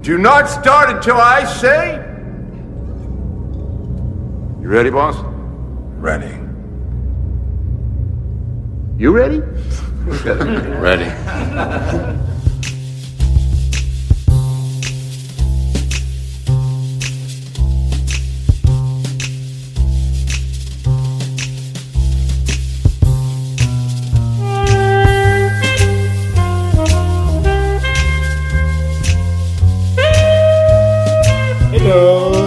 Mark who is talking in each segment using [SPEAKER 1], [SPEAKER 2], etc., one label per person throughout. [SPEAKER 1] Do not start until I say. You ready, boss?
[SPEAKER 2] Ready.
[SPEAKER 1] You ready?
[SPEAKER 3] Ready.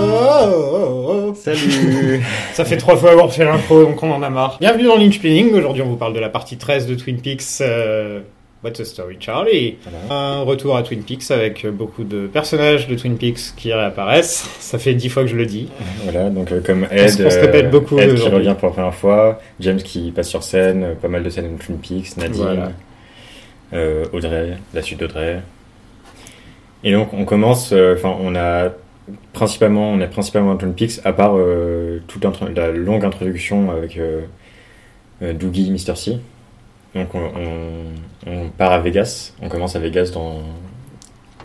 [SPEAKER 4] Hello
[SPEAKER 5] Salut
[SPEAKER 4] Ça fait trois fois avoir fait l'intro, donc on en a marre. Bienvenue dans Lynch Planning, aujourd'hui on vous parle de la partie 13 de Twin Peaks. euh, What's the story, Charlie Un retour à Twin Peaks avec beaucoup de personnages de Twin Peaks qui réapparaissent. Ça fait dix fois que je le dis.
[SPEAKER 5] Voilà, donc euh, comme Ed,
[SPEAKER 4] qu'on se répète beaucoup
[SPEAKER 5] Ed qui
[SPEAKER 4] aujourd'hui.
[SPEAKER 5] revient pour la première fois, James qui passe sur scène, euh, pas mal de scènes de Twin Peaks, Nadine,
[SPEAKER 4] Voilà.
[SPEAKER 5] euh, Audrey, la suite d'Audrey. Et donc on commence, euh, enfin on a principalement, on est principalement à Twin Peaks, à part euh, toute l'intro- la longue introduction avec euh, euh, Doogie, Mr. C. Donc on, on- on part à Vegas, on commence à Vegas dans,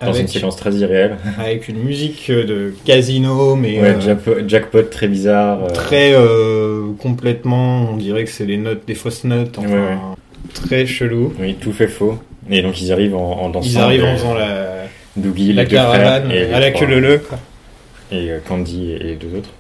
[SPEAKER 5] dans une
[SPEAKER 4] Avec,
[SPEAKER 5] séquence très irréelle.
[SPEAKER 4] avec une musique euh, de casino, mais
[SPEAKER 5] Ouais,
[SPEAKER 4] euh,
[SPEAKER 5] jackpot, jackpot très bizarre. euh,
[SPEAKER 4] très euh, complètement, on dirait que c'est des notes, des fausses notes, enfin,
[SPEAKER 5] Ouais, ouais.
[SPEAKER 4] très chelou.
[SPEAKER 5] Oui, tout fait faux. Et donc ils arrivent en, en dansant.
[SPEAKER 4] Ils arrivent
[SPEAKER 5] et
[SPEAKER 4] en faisant la,
[SPEAKER 5] Doogie,
[SPEAKER 4] la
[SPEAKER 5] les deux
[SPEAKER 4] caravane
[SPEAKER 5] frères et les
[SPEAKER 4] à la
[SPEAKER 5] trois-
[SPEAKER 4] queue leu quoi.
[SPEAKER 5] Et euh, Candy et les deux autres.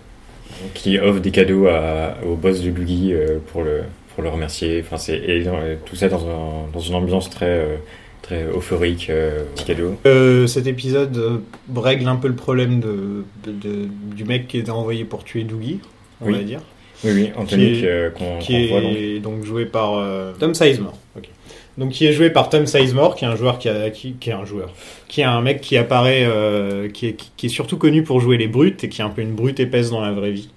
[SPEAKER 5] Qui offrent des cadeaux à, au boss de Doogie euh, pour, le, pour le remercier. Enfin, c'est, et dans- et tout ça dans, un- dans une ambiance très, euh, très euphorique, euh, petit cadeau.
[SPEAKER 4] Euh, cet épisode euh, règle un peu le problème de, de- de- du mec qui était envoyé pour tuer Doogie, on
[SPEAKER 5] Oui.
[SPEAKER 4] va dire,
[SPEAKER 5] Oui, oui, Anthony
[SPEAKER 4] Qui est-
[SPEAKER 5] que- qu'on,
[SPEAKER 4] qui
[SPEAKER 5] qu'on voit donc.
[SPEAKER 4] est donc joué par euh, Tom Sizemore. Ok. Donc qui est joué par Tom Sizemore, qui est un joueur qui, a- qui, qui est un joueur, qui est un mec qui apparaît, euh, qui, est, qui- qui est surtout connu pour jouer les brutes et qui est un peu une brute épaisse dans la vraie vie.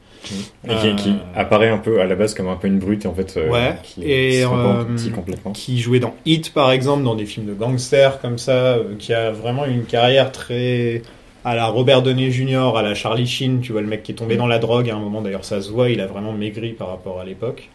[SPEAKER 5] Et qui, qui
[SPEAKER 4] Euh,
[SPEAKER 5] apparaît un peu à la base comme un peu une brute et en fait euh,
[SPEAKER 4] Ouais,
[SPEAKER 5] qui
[SPEAKER 4] et,
[SPEAKER 5] se rend
[SPEAKER 4] euh,
[SPEAKER 5] petit complètement.
[SPEAKER 4] qui jouait dans Hit par exemple, dans des films de gangsters comme ça, euh, qui a vraiment une carrière très à la Robert Downey Jr., à la Charlie Sheen, tu vois le mec qui est tombé dans la drogue à un moment d'ailleurs ça se voit, il a vraiment maigri par rapport à l'époque.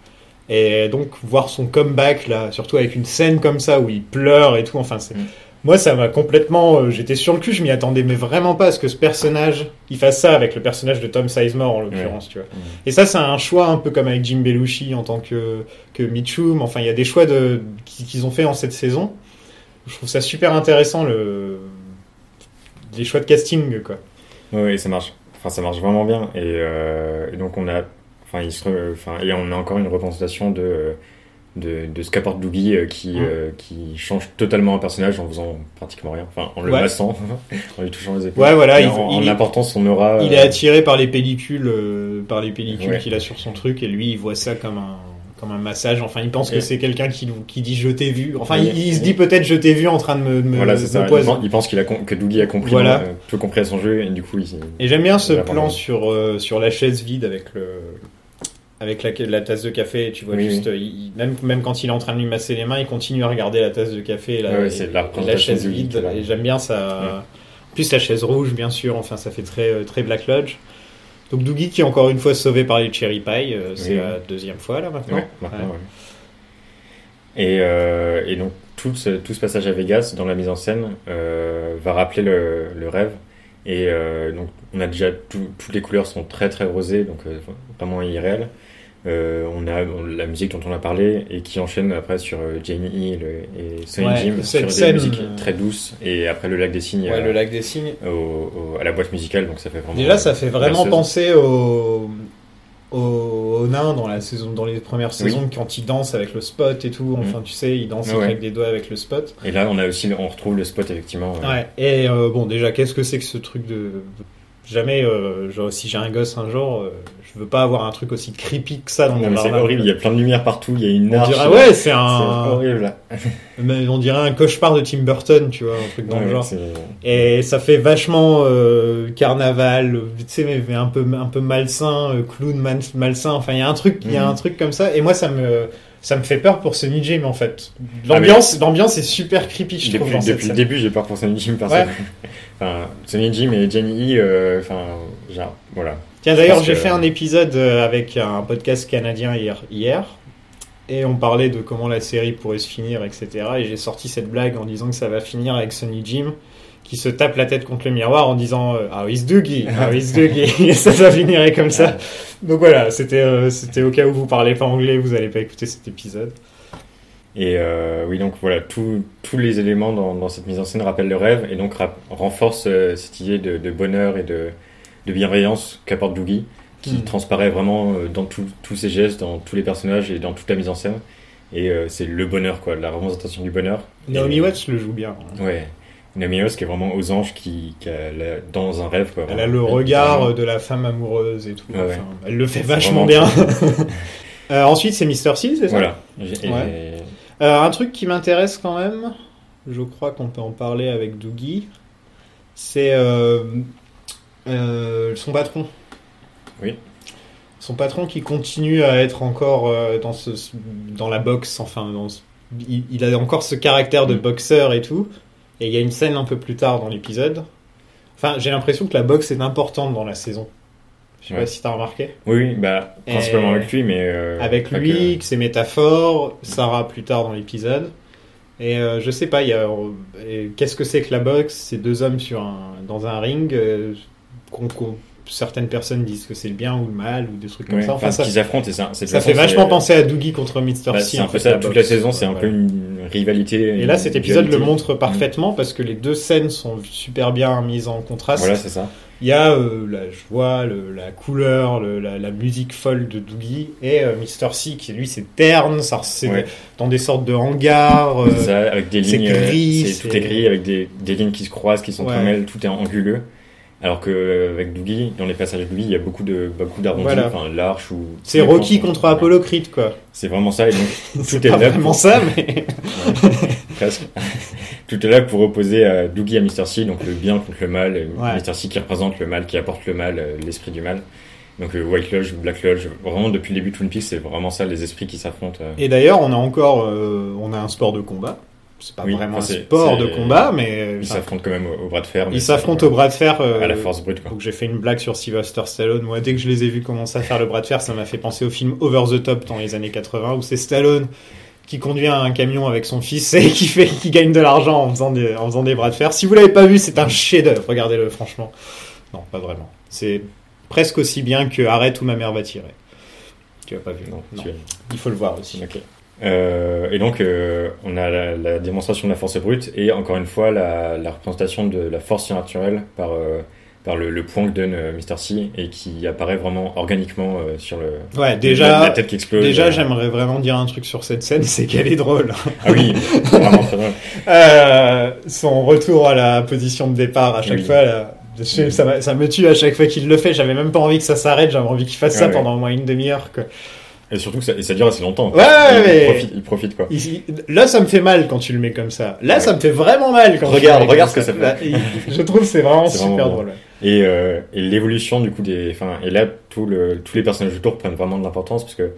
[SPEAKER 4] Et donc voir son comeback là, surtout avec une scène comme ça où il pleure et tout, enfin c'est
[SPEAKER 5] Mm.
[SPEAKER 4] moi ça m'a complètement euh, j'étais sur le cul, je m'y attendais mais vraiment pas à ce que ce personnage, il fasse ça avec le personnage de Tom Sizemore en l'occurrence, tu vois.
[SPEAKER 5] Mm.
[SPEAKER 4] Et ça c'est un choix un peu comme avec Jim Belushi en tant que que Mitchum. Enfin, il y a des choix de, qui- qu'ils ont fait en cette saison. Je trouve ça super intéressant le les choix de casting quoi.
[SPEAKER 5] Oui, oui, ça marche. Enfin, ça marche vraiment bien. Et, euh, et donc on a, enfin, il se, re- enfin, et on a encore une représentation de de, de ce qu'apporte Doogie euh, qui
[SPEAKER 4] Mm.
[SPEAKER 5] euh, qui change totalement un personnage en faisant pratiquement rien. Enfin, en le
[SPEAKER 4] Ouais.
[SPEAKER 5] massant, en lui touchant les épaules.
[SPEAKER 4] Ouais, voilà,
[SPEAKER 5] Et
[SPEAKER 4] il-
[SPEAKER 5] en, en
[SPEAKER 4] il-
[SPEAKER 5] apportant son aura.
[SPEAKER 4] Il
[SPEAKER 5] euh,
[SPEAKER 4] est attiré par les pellicules euh, par les pellicules
[SPEAKER 5] Ouais.
[SPEAKER 4] qu'il a sur son truc et lui il voit ça comme un comme un massage. Enfin, il pense
[SPEAKER 5] Ouais.
[SPEAKER 4] que c'est quelqu'un qui qui dit je t'ai vu. Enfin,
[SPEAKER 5] Oui.
[SPEAKER 4] il, il se dit peut-être je t'ai vu en train de me, de me,
[SPEAKER 5] Voilà,
[SPEAKER 4] de
[SPEAKER 5] c'est
[SPEAKER 4] me
[SPEAKER 5] ça. Il,
[SPEAKER 4] poison.
[SPEAKER 5] pen- il pense qu'il a com- que Doogie a compris,
[SPEAKER 4] Voilà.
[SPEAKER 5] euh, tout compris à son jeu, et du coup, il.
[SPEAKER 4] Et j'aime bien ce
[SPEAKER 5] Il a
[SPEAKER 4] plan
[SPEAKER 5] vraiment-
[SPEAKER 4] sur, euh, sur la chaise vide avec le avec la, la tasse de café, tu vois
[SPEAKER 5] Oui,
[SPEAKER 4] juste euh, il- même même quand il est en train de lui masser les mains, il continue à regarder la tasse de café et la,
[SPEAKER 5] Ouais, ouais, c'est
[SPEAKER 4] et-
[SPEAKER 5] la
[SPEAKER 4] et la
[SPEAKER 5] représentation
[SPEAKER 4] chaise
[SPEAKER 5] du vide,
[SPEAKER 4] vide
[SPEAKER 5] là.
[SPEAKER 4] et j'aime bien ça.
[SPEAKER 5] Ouais.
[SPEAKER 4] En Plus la chaise rouge bien sûr, enfin ça fait très euh, très Black Lodge. Donc Doogie qui est encore une fois sauvé par les Cherry Pie, euh, c'est
[SPEAKER 5] Oui.
[SPEAKER 4] la deuxième fois là maintenant.
[SPEAKER 5] Ouais, maintenant, ouais. Et, euh, et donc tout ce, tout ce passage à Vegas dans la mise en scène euh, va rappeler le, le rêve. Et euh, donc on a déjà tout- toutes les couleurs sont très très rosées, donc euh, vraiment irréelles. Euh, on a on- la musique dont on a parlé et qui enchaîne après sur euh, Jane Hill et Sonny
[SPEAKER 4] Ouais,
[SPEAKER 5] Jim
[SPEAKER 4] cette
[SPEAKER 5] sur des
[SPEAKER 4] scène,
[SPEAKER 5] musiques
[SPEAKER 4] euh,
[SPEAKER 5] très douces et après le lac des cygnes
[SPEAKER 4] Ouais,
[SPEAKER 5] euh,
[SPEAKER 4] le lac des signes.
[SPEAKER 5] au- au- à la boîte musicale donc ça fait vraiment euh,
[SPEAKER 4] Déjà, ça fait vraiment
[SPEAKER 5] berceuse.
[SPEAKER 4] penser au, au, au nain dans la saison, dans les premières
[SPEAKER 5] Oui. Mm.
[SPEAKER 4] saisons, quand il danse avec le spot et tout. Enfin, tu sais, il danse
[SPEAKER 5] Ouais, ouais.
[SPEAKER 4] avec des doigts avec le spot.
[SPEAKER 5] et là on a aussi on retrouve le spot effectivement euh,
[SPEAKER 4] Ouais. Et euh, bon, déjà, qu'est-ce que c'est que ce truc de jamais, euh, genre, si j'ai un gosse un jour, euh, je veux pas avoir un truc aussi creepy que ça dans
[SPEAKER 5] Non,
[SPEAKER 4] mon
[SPEAKER 5] mais c'est
[SPEAKER 4] jardin.
[SPEAKER 5] horrible, il y a plein de lumière partout, il y a une
[SPEAKER 4] On
[SPEAKER 5] arche.
[SPEAKER 4] dirait, ouais, c'est
[SPEAKER 5] c'est
[SPEAKER 4] un,
[SPEAKER 5] horrible. là.
[SPEAKER 4] mais on dirait un cauchemar de Tim Burton, tu vois, un truc dans
[SPEAKER 5] Ouais,
[SPEAKER 4] le
[SPEAKER 5] ouais,
[SPEAKER 4] genre.
[SPEAKER 5] c'est-
[SPEAKER 4] Et ça fait vachement euh, carnaval, euh, tu sais, mais mais un peu, un peu malsain, euh, clown man- malsain. Enfin, il y a un truc, il y a
[SPEAKER 5] Mhm.
[SPEAKER 4] un truc comme ça. Et moi, ça me, ça me fait peur pour Sonny Jim, en fait.
[SPEAKER 5] Ah,
[SPEAKER 4] L'ambiance, l'ambiance est super creepy, je trouve.
[SPEAKER 5] Depuis,
[SPEAKER 4] dans cette
[SPEAKER 5] depuis le
[SPEAKER 4] scène.
[SPEAKER 5] début, j'ai peur pour Sonny Jim parce que-
[SPEAKER 4] Ouais.
[SPEAKER 5] enfin, Sonny Jim et Jenny E, euh, enfin, genre, voilà.
[SPEAKER 4] Tiens,
[SPEAKER 5] je
[SPEAKER 4] d'ailleurs,
[SPEAKER 5] pense
[SPEAKER 4] j'ai
[SPEAKER 5] que-
[SPEAKER 4] fait un épisode euh, avec un podcast canadien hier, hier, et on parlait de comment la série pourrait se finir, etc. Et j'ai sorti cette blague en disant que ça va finir avec Sonny Jim qui se tape la tête contre le miroir en disant euh, How is Doogie How is Doogie Et ça, ça finirait comme ça. Donc voilà, c'était euh, c'était au cas où vous parlez pas anglais, vous allez pas écouter cet épisode.
[SPEAKER 5] Et euh, oui, donc voilà, tout- tous les éléments dans, dans cette mise en scène rappellent le rêve et donc rap- renforcent euh, cette idée de, de bonheur et de, de bienveillance qu'apporte Doogie, qui
[SPEAKER 4] Mm.
[SPEAKER 5] transparaît vraiment euh, dans tout- tous ses gestes, dans tous les personnages et dans toute la mise en scène. Et euh, c'est le bonheur, quoi, la représentation du bonheur.
[SPEAKER 4] Naomi
[SPEAKER 5] Et- euh,
[SPEAKER 4] Watts le joue bien. hein.
[SPEAKER 5] Ouais. Naomi Watts qui est vraiment aux anges, qui, qui a la- dans un rêve, quoi.
[SPEAKER 4] Elle a le regard euh, de la femme amoureuse et tout.
[SPEAKER 5] Ouais, ouais.
[SPEAKER 4] Enfin, elle le fait
[SPEAKER 5] C'est
[SPEAKER 4] vachement bien.
[SPEAKER 5] vraiment-
[SPEAKER 4] Euh, ensuite, c'est Mr. C, c'est ça
[SPEAKER 5] Voilà. Et- et-
[SPEAKER 4] Ouais. Euh, un truc qui m'intéresse quand même, je crois qu'on peut en parler avec Doogie, c'est euh, euh, son patron.
[SPEAKER 5] Oui.
[SPEAKER 4] Son patron qui continue à être encore euh, dans, ce, dans la boxe, enfin, dans ce- il, il a encore ce caractère de
[SPEAKER 5] Mm.
[SPEAKER 4] boxeur et tout. Et il y a une scène un peu plus tard dans l'épisode. Enfin, j'ai l'impression que la boxe est importante dans la saison. Je sais
[SPEAKER 5] Ouais.
[SPEAKER 4] pas si t'as remarqué.
[SPEAKER 5] Oui, oui, bah, principalement
[SPEAKER 4] Et-
[SPEAKER 5] avec lui, mais. euh,
[SPEAKER 4] Avec
[SPEAKER 5] pas
[SPEAKER 4] lui, que ses métaphores, Sarah plus tard dans l'épisode. Et euh, je sais pas, il y a, euh, et qu'est-ce que c'est que la boxe C'est deux hommes sur un, dans un ring. euh, qu'on- qu'on- certaines personnes disent que c'est le bien ou le mal ou des trucs
[SPEAKER 5] que-
[SPEAKER 4] comme
[SPEAKER 5] ouais,
[SPEAKER 4] ça. Enfin, ça,
[SPEAKER 5] qu'ils affrontent et ça. c'est- de
[SPEAKER 4] ça
[SPEAKER 5] toute
[SPEAKER 4] fait
[SPEAKER 5] façon,
[SPEAKER 4] vachement
[SPEAKER 5] c'est-
[SPEAKER 4] penser à Doogie contre Mr.
[SPEAKER 5] bah,
[SPEAKER 4] C.
[SPEAKER 5] c'est un
[SPEAKER 4] en
[SPEAKER 5] peu
[SPEAKER 4] fait,
[SPEAKER 5] ça,
[SPEAKER 4] la
[SPEAKER 5] toute
[SPEAKER 4] boxe.
[SPEAKER 5] la saison, c'est un
[SPEAKER 4] Voilà.
[SPEAKER 5] peu une rivalité.
[SPEAKER 4] Et
[SPEAKER 5] une
[SPEAKER 4] là, cet épisode le
[SPEAKER 5] dualité.
[SPEAKER 4] montre parfaitement parce que les deux scènes sont super bien mises en contraste.
[SPEAKER 5] Voilà, c'est ça.
[SPEAKER 4] Il y a euh, la joie, le- la couleur, le- la, la musique folle de Doogie et euh, Mr. C qui lui c'est terne, ça c'est
[SPEAKER 5] Ouais.
[SPEAKER 4] dans des sortes de hangars. euh,
[SPEAKER 5] C'est ça, avec des
[SPEAKER 4] c'est
[SPEAKER 5] lignes. euh,
[SPEAKER 4] gris,
[SPEAKER 5] c'est- Tout est
[SPEAKER 4] c'est-
[SPEAKER 5] gris, avec des, des lignes qui se croisent, qui sont
[SPEAKER 4] Ouais.
[SPEAKER 5] mêlées, tout est anguleux. Alors que euh, avec Doogie, dans les passages de Doogie, il y a beaucoup de beaucoup d'arrondis,
[SPEAKER 4] Voilà.
[SPEAKER 5] enfin l'arche ou.
[SPEAKER 4] C'est Rocky contre
[SPEAKER 5] Ouais.
[SPEAKER 4] Apollo Creed quoi.
[SPEAKER 5] C'est vraiment ça, et donc
[SPEAKER 4] C'est
[SPEAKER 5] est
[SPEAKER 4] pas
[SPEAKER 5] là
[SPEAKER 4] vraiment
[SPEAKER 5] pour-
[SPEAKER 4] ça, mais
[SPEAKER 5] presque. Tout est là pour opposer à Doogie à Mr. C, donc le bien contre le mal, et
[SPEAKER 4] Ouais.
[SPEAKER 5] Mr. C qui représente le mal, qui apporte le mal, euh, l'esprit du mal. Donc euh, White Lodge, Black Lodge, vraiment depuis le début de Twin Peaks, c'est vraiment ça, les esprits qui s'affrontent. euh.
[SPEAKER 4] et d'ailleurs on a encore, euh, on a un sport de combat. C'est pas
[SPEAKER 5] Oui,
[SPEAKER 4] vraiment un
[SPEAKER 5] enfin, c'est-
[SPEAKER 4] sport de
[SPEAKER 5] c'est-
[SPEAKER 4] combat, mais
[SPEAKER 5] Ils
[SPEAKER 4] enfin,
[SPEAKER 5] s'affrontent quand même au, au bras de fer. mais
[SPEAKER 4] ils
[SPEAKER 5] c'est-
[SPEAKER 4] s'affrontent au bras de fer. euh,
[SPEAKER 5] À la force brute, quoi.
[SPEAKER 4] Donc j'ai fait une blague sur Sylvester Stallone. Moi, dès que je les ai vus commencer à faire le bras de fer, ça m'a fait penser au film Over the Top dans les années 80 où c'est Stallone qui conduit un camion avec son fils et qui fait, qui gagne de l'argent en faisant des, en faisant des bras de fer. Si vous l'avez pas vu, c'est un chef-d'œuvre. Regardez-le, franchement. Non, pas vraiment. C'est presque aussi bien que Arrête où ma mère va tirer. Tu l'as pas vu
[SPEAKER 5] Non,
[SPEAKER 4] Non.
[SPEAKER 5] tu-
[SPEAKER 4] Il faut le voir aussi.
[SPEAKER 5] Ok. Euh, et donc, euh, on a la, la démonstration de la force brute et encore une fois la, la représentation de la force surnaturelle par, euh, par le, le point que donne euh, Mr. C et qui apparaît vraiment organiquement euh, sur le.
[SPEAKER 4] Ouais,
[SPEAKER 5] la, la
[SPEAKER 4] déjà.
[SPEAKER 5] tête qui explose.
[SPEAKER 4] Déjà,
[SPEAKER 5] euh.
[SPEAKER 4] j'aimerais vraiment dire un truc sur cette scène, c'est qu'elle est drôle.
[SPEAKER 5] Ah oui, vraiment très drôle.
[SPEAKER 4] Euh, son retour à la position de départ à chaque
[SPEAKER 5] Oui.
[SPEAKER 4] fois, là, je sais, ça, m'a- ça me tue à chaque fois qu'il le fait. J'avais même pas envie que ça s'arrête, j'avais envie qu'il fasse ça
[SPEAKER 5] Ouais, ouais.
[SPEAKER 4] pendant au moins une demi-heure. quoi.
[SPEAKER 5] Et surtout que ça, et ça dure assez longtemps.
[SPEAKER 4] Ouais, ouais,
[SPEAKER 5] il, il
[SPEAKER 4] mais-
[SPEAKER 5] profite, il profite, quoi.
[SPEAKER 4] Il- il- là, ça me fait mal quand tu le mets comme ça. Là,
[SPEAKER 5] Ouais.
[SPEAKER 4] ça me fait vraiment mal quand tu
[SPEAKER 5] Regarde-
[SPEAKER 4] le mets
[SPEAKER 5] regarde
[SPEAKER 4] comme
[SPEAKER 5] ce que ça fait.
[SPEAKER 4] Là, il- je trouve que c'est vraiment
[SPEAKER 5] C'est vraiment
[SPEAKER 4] super
[SPEAKER 5] bon.
[SPEAKER 4] drôle. ouais.
[SPEAKER 5] Et, euh, et l'évolution du coup des. Enfin, et là, tout le, tous les personnages autour prennent vraiment de l'importance parce que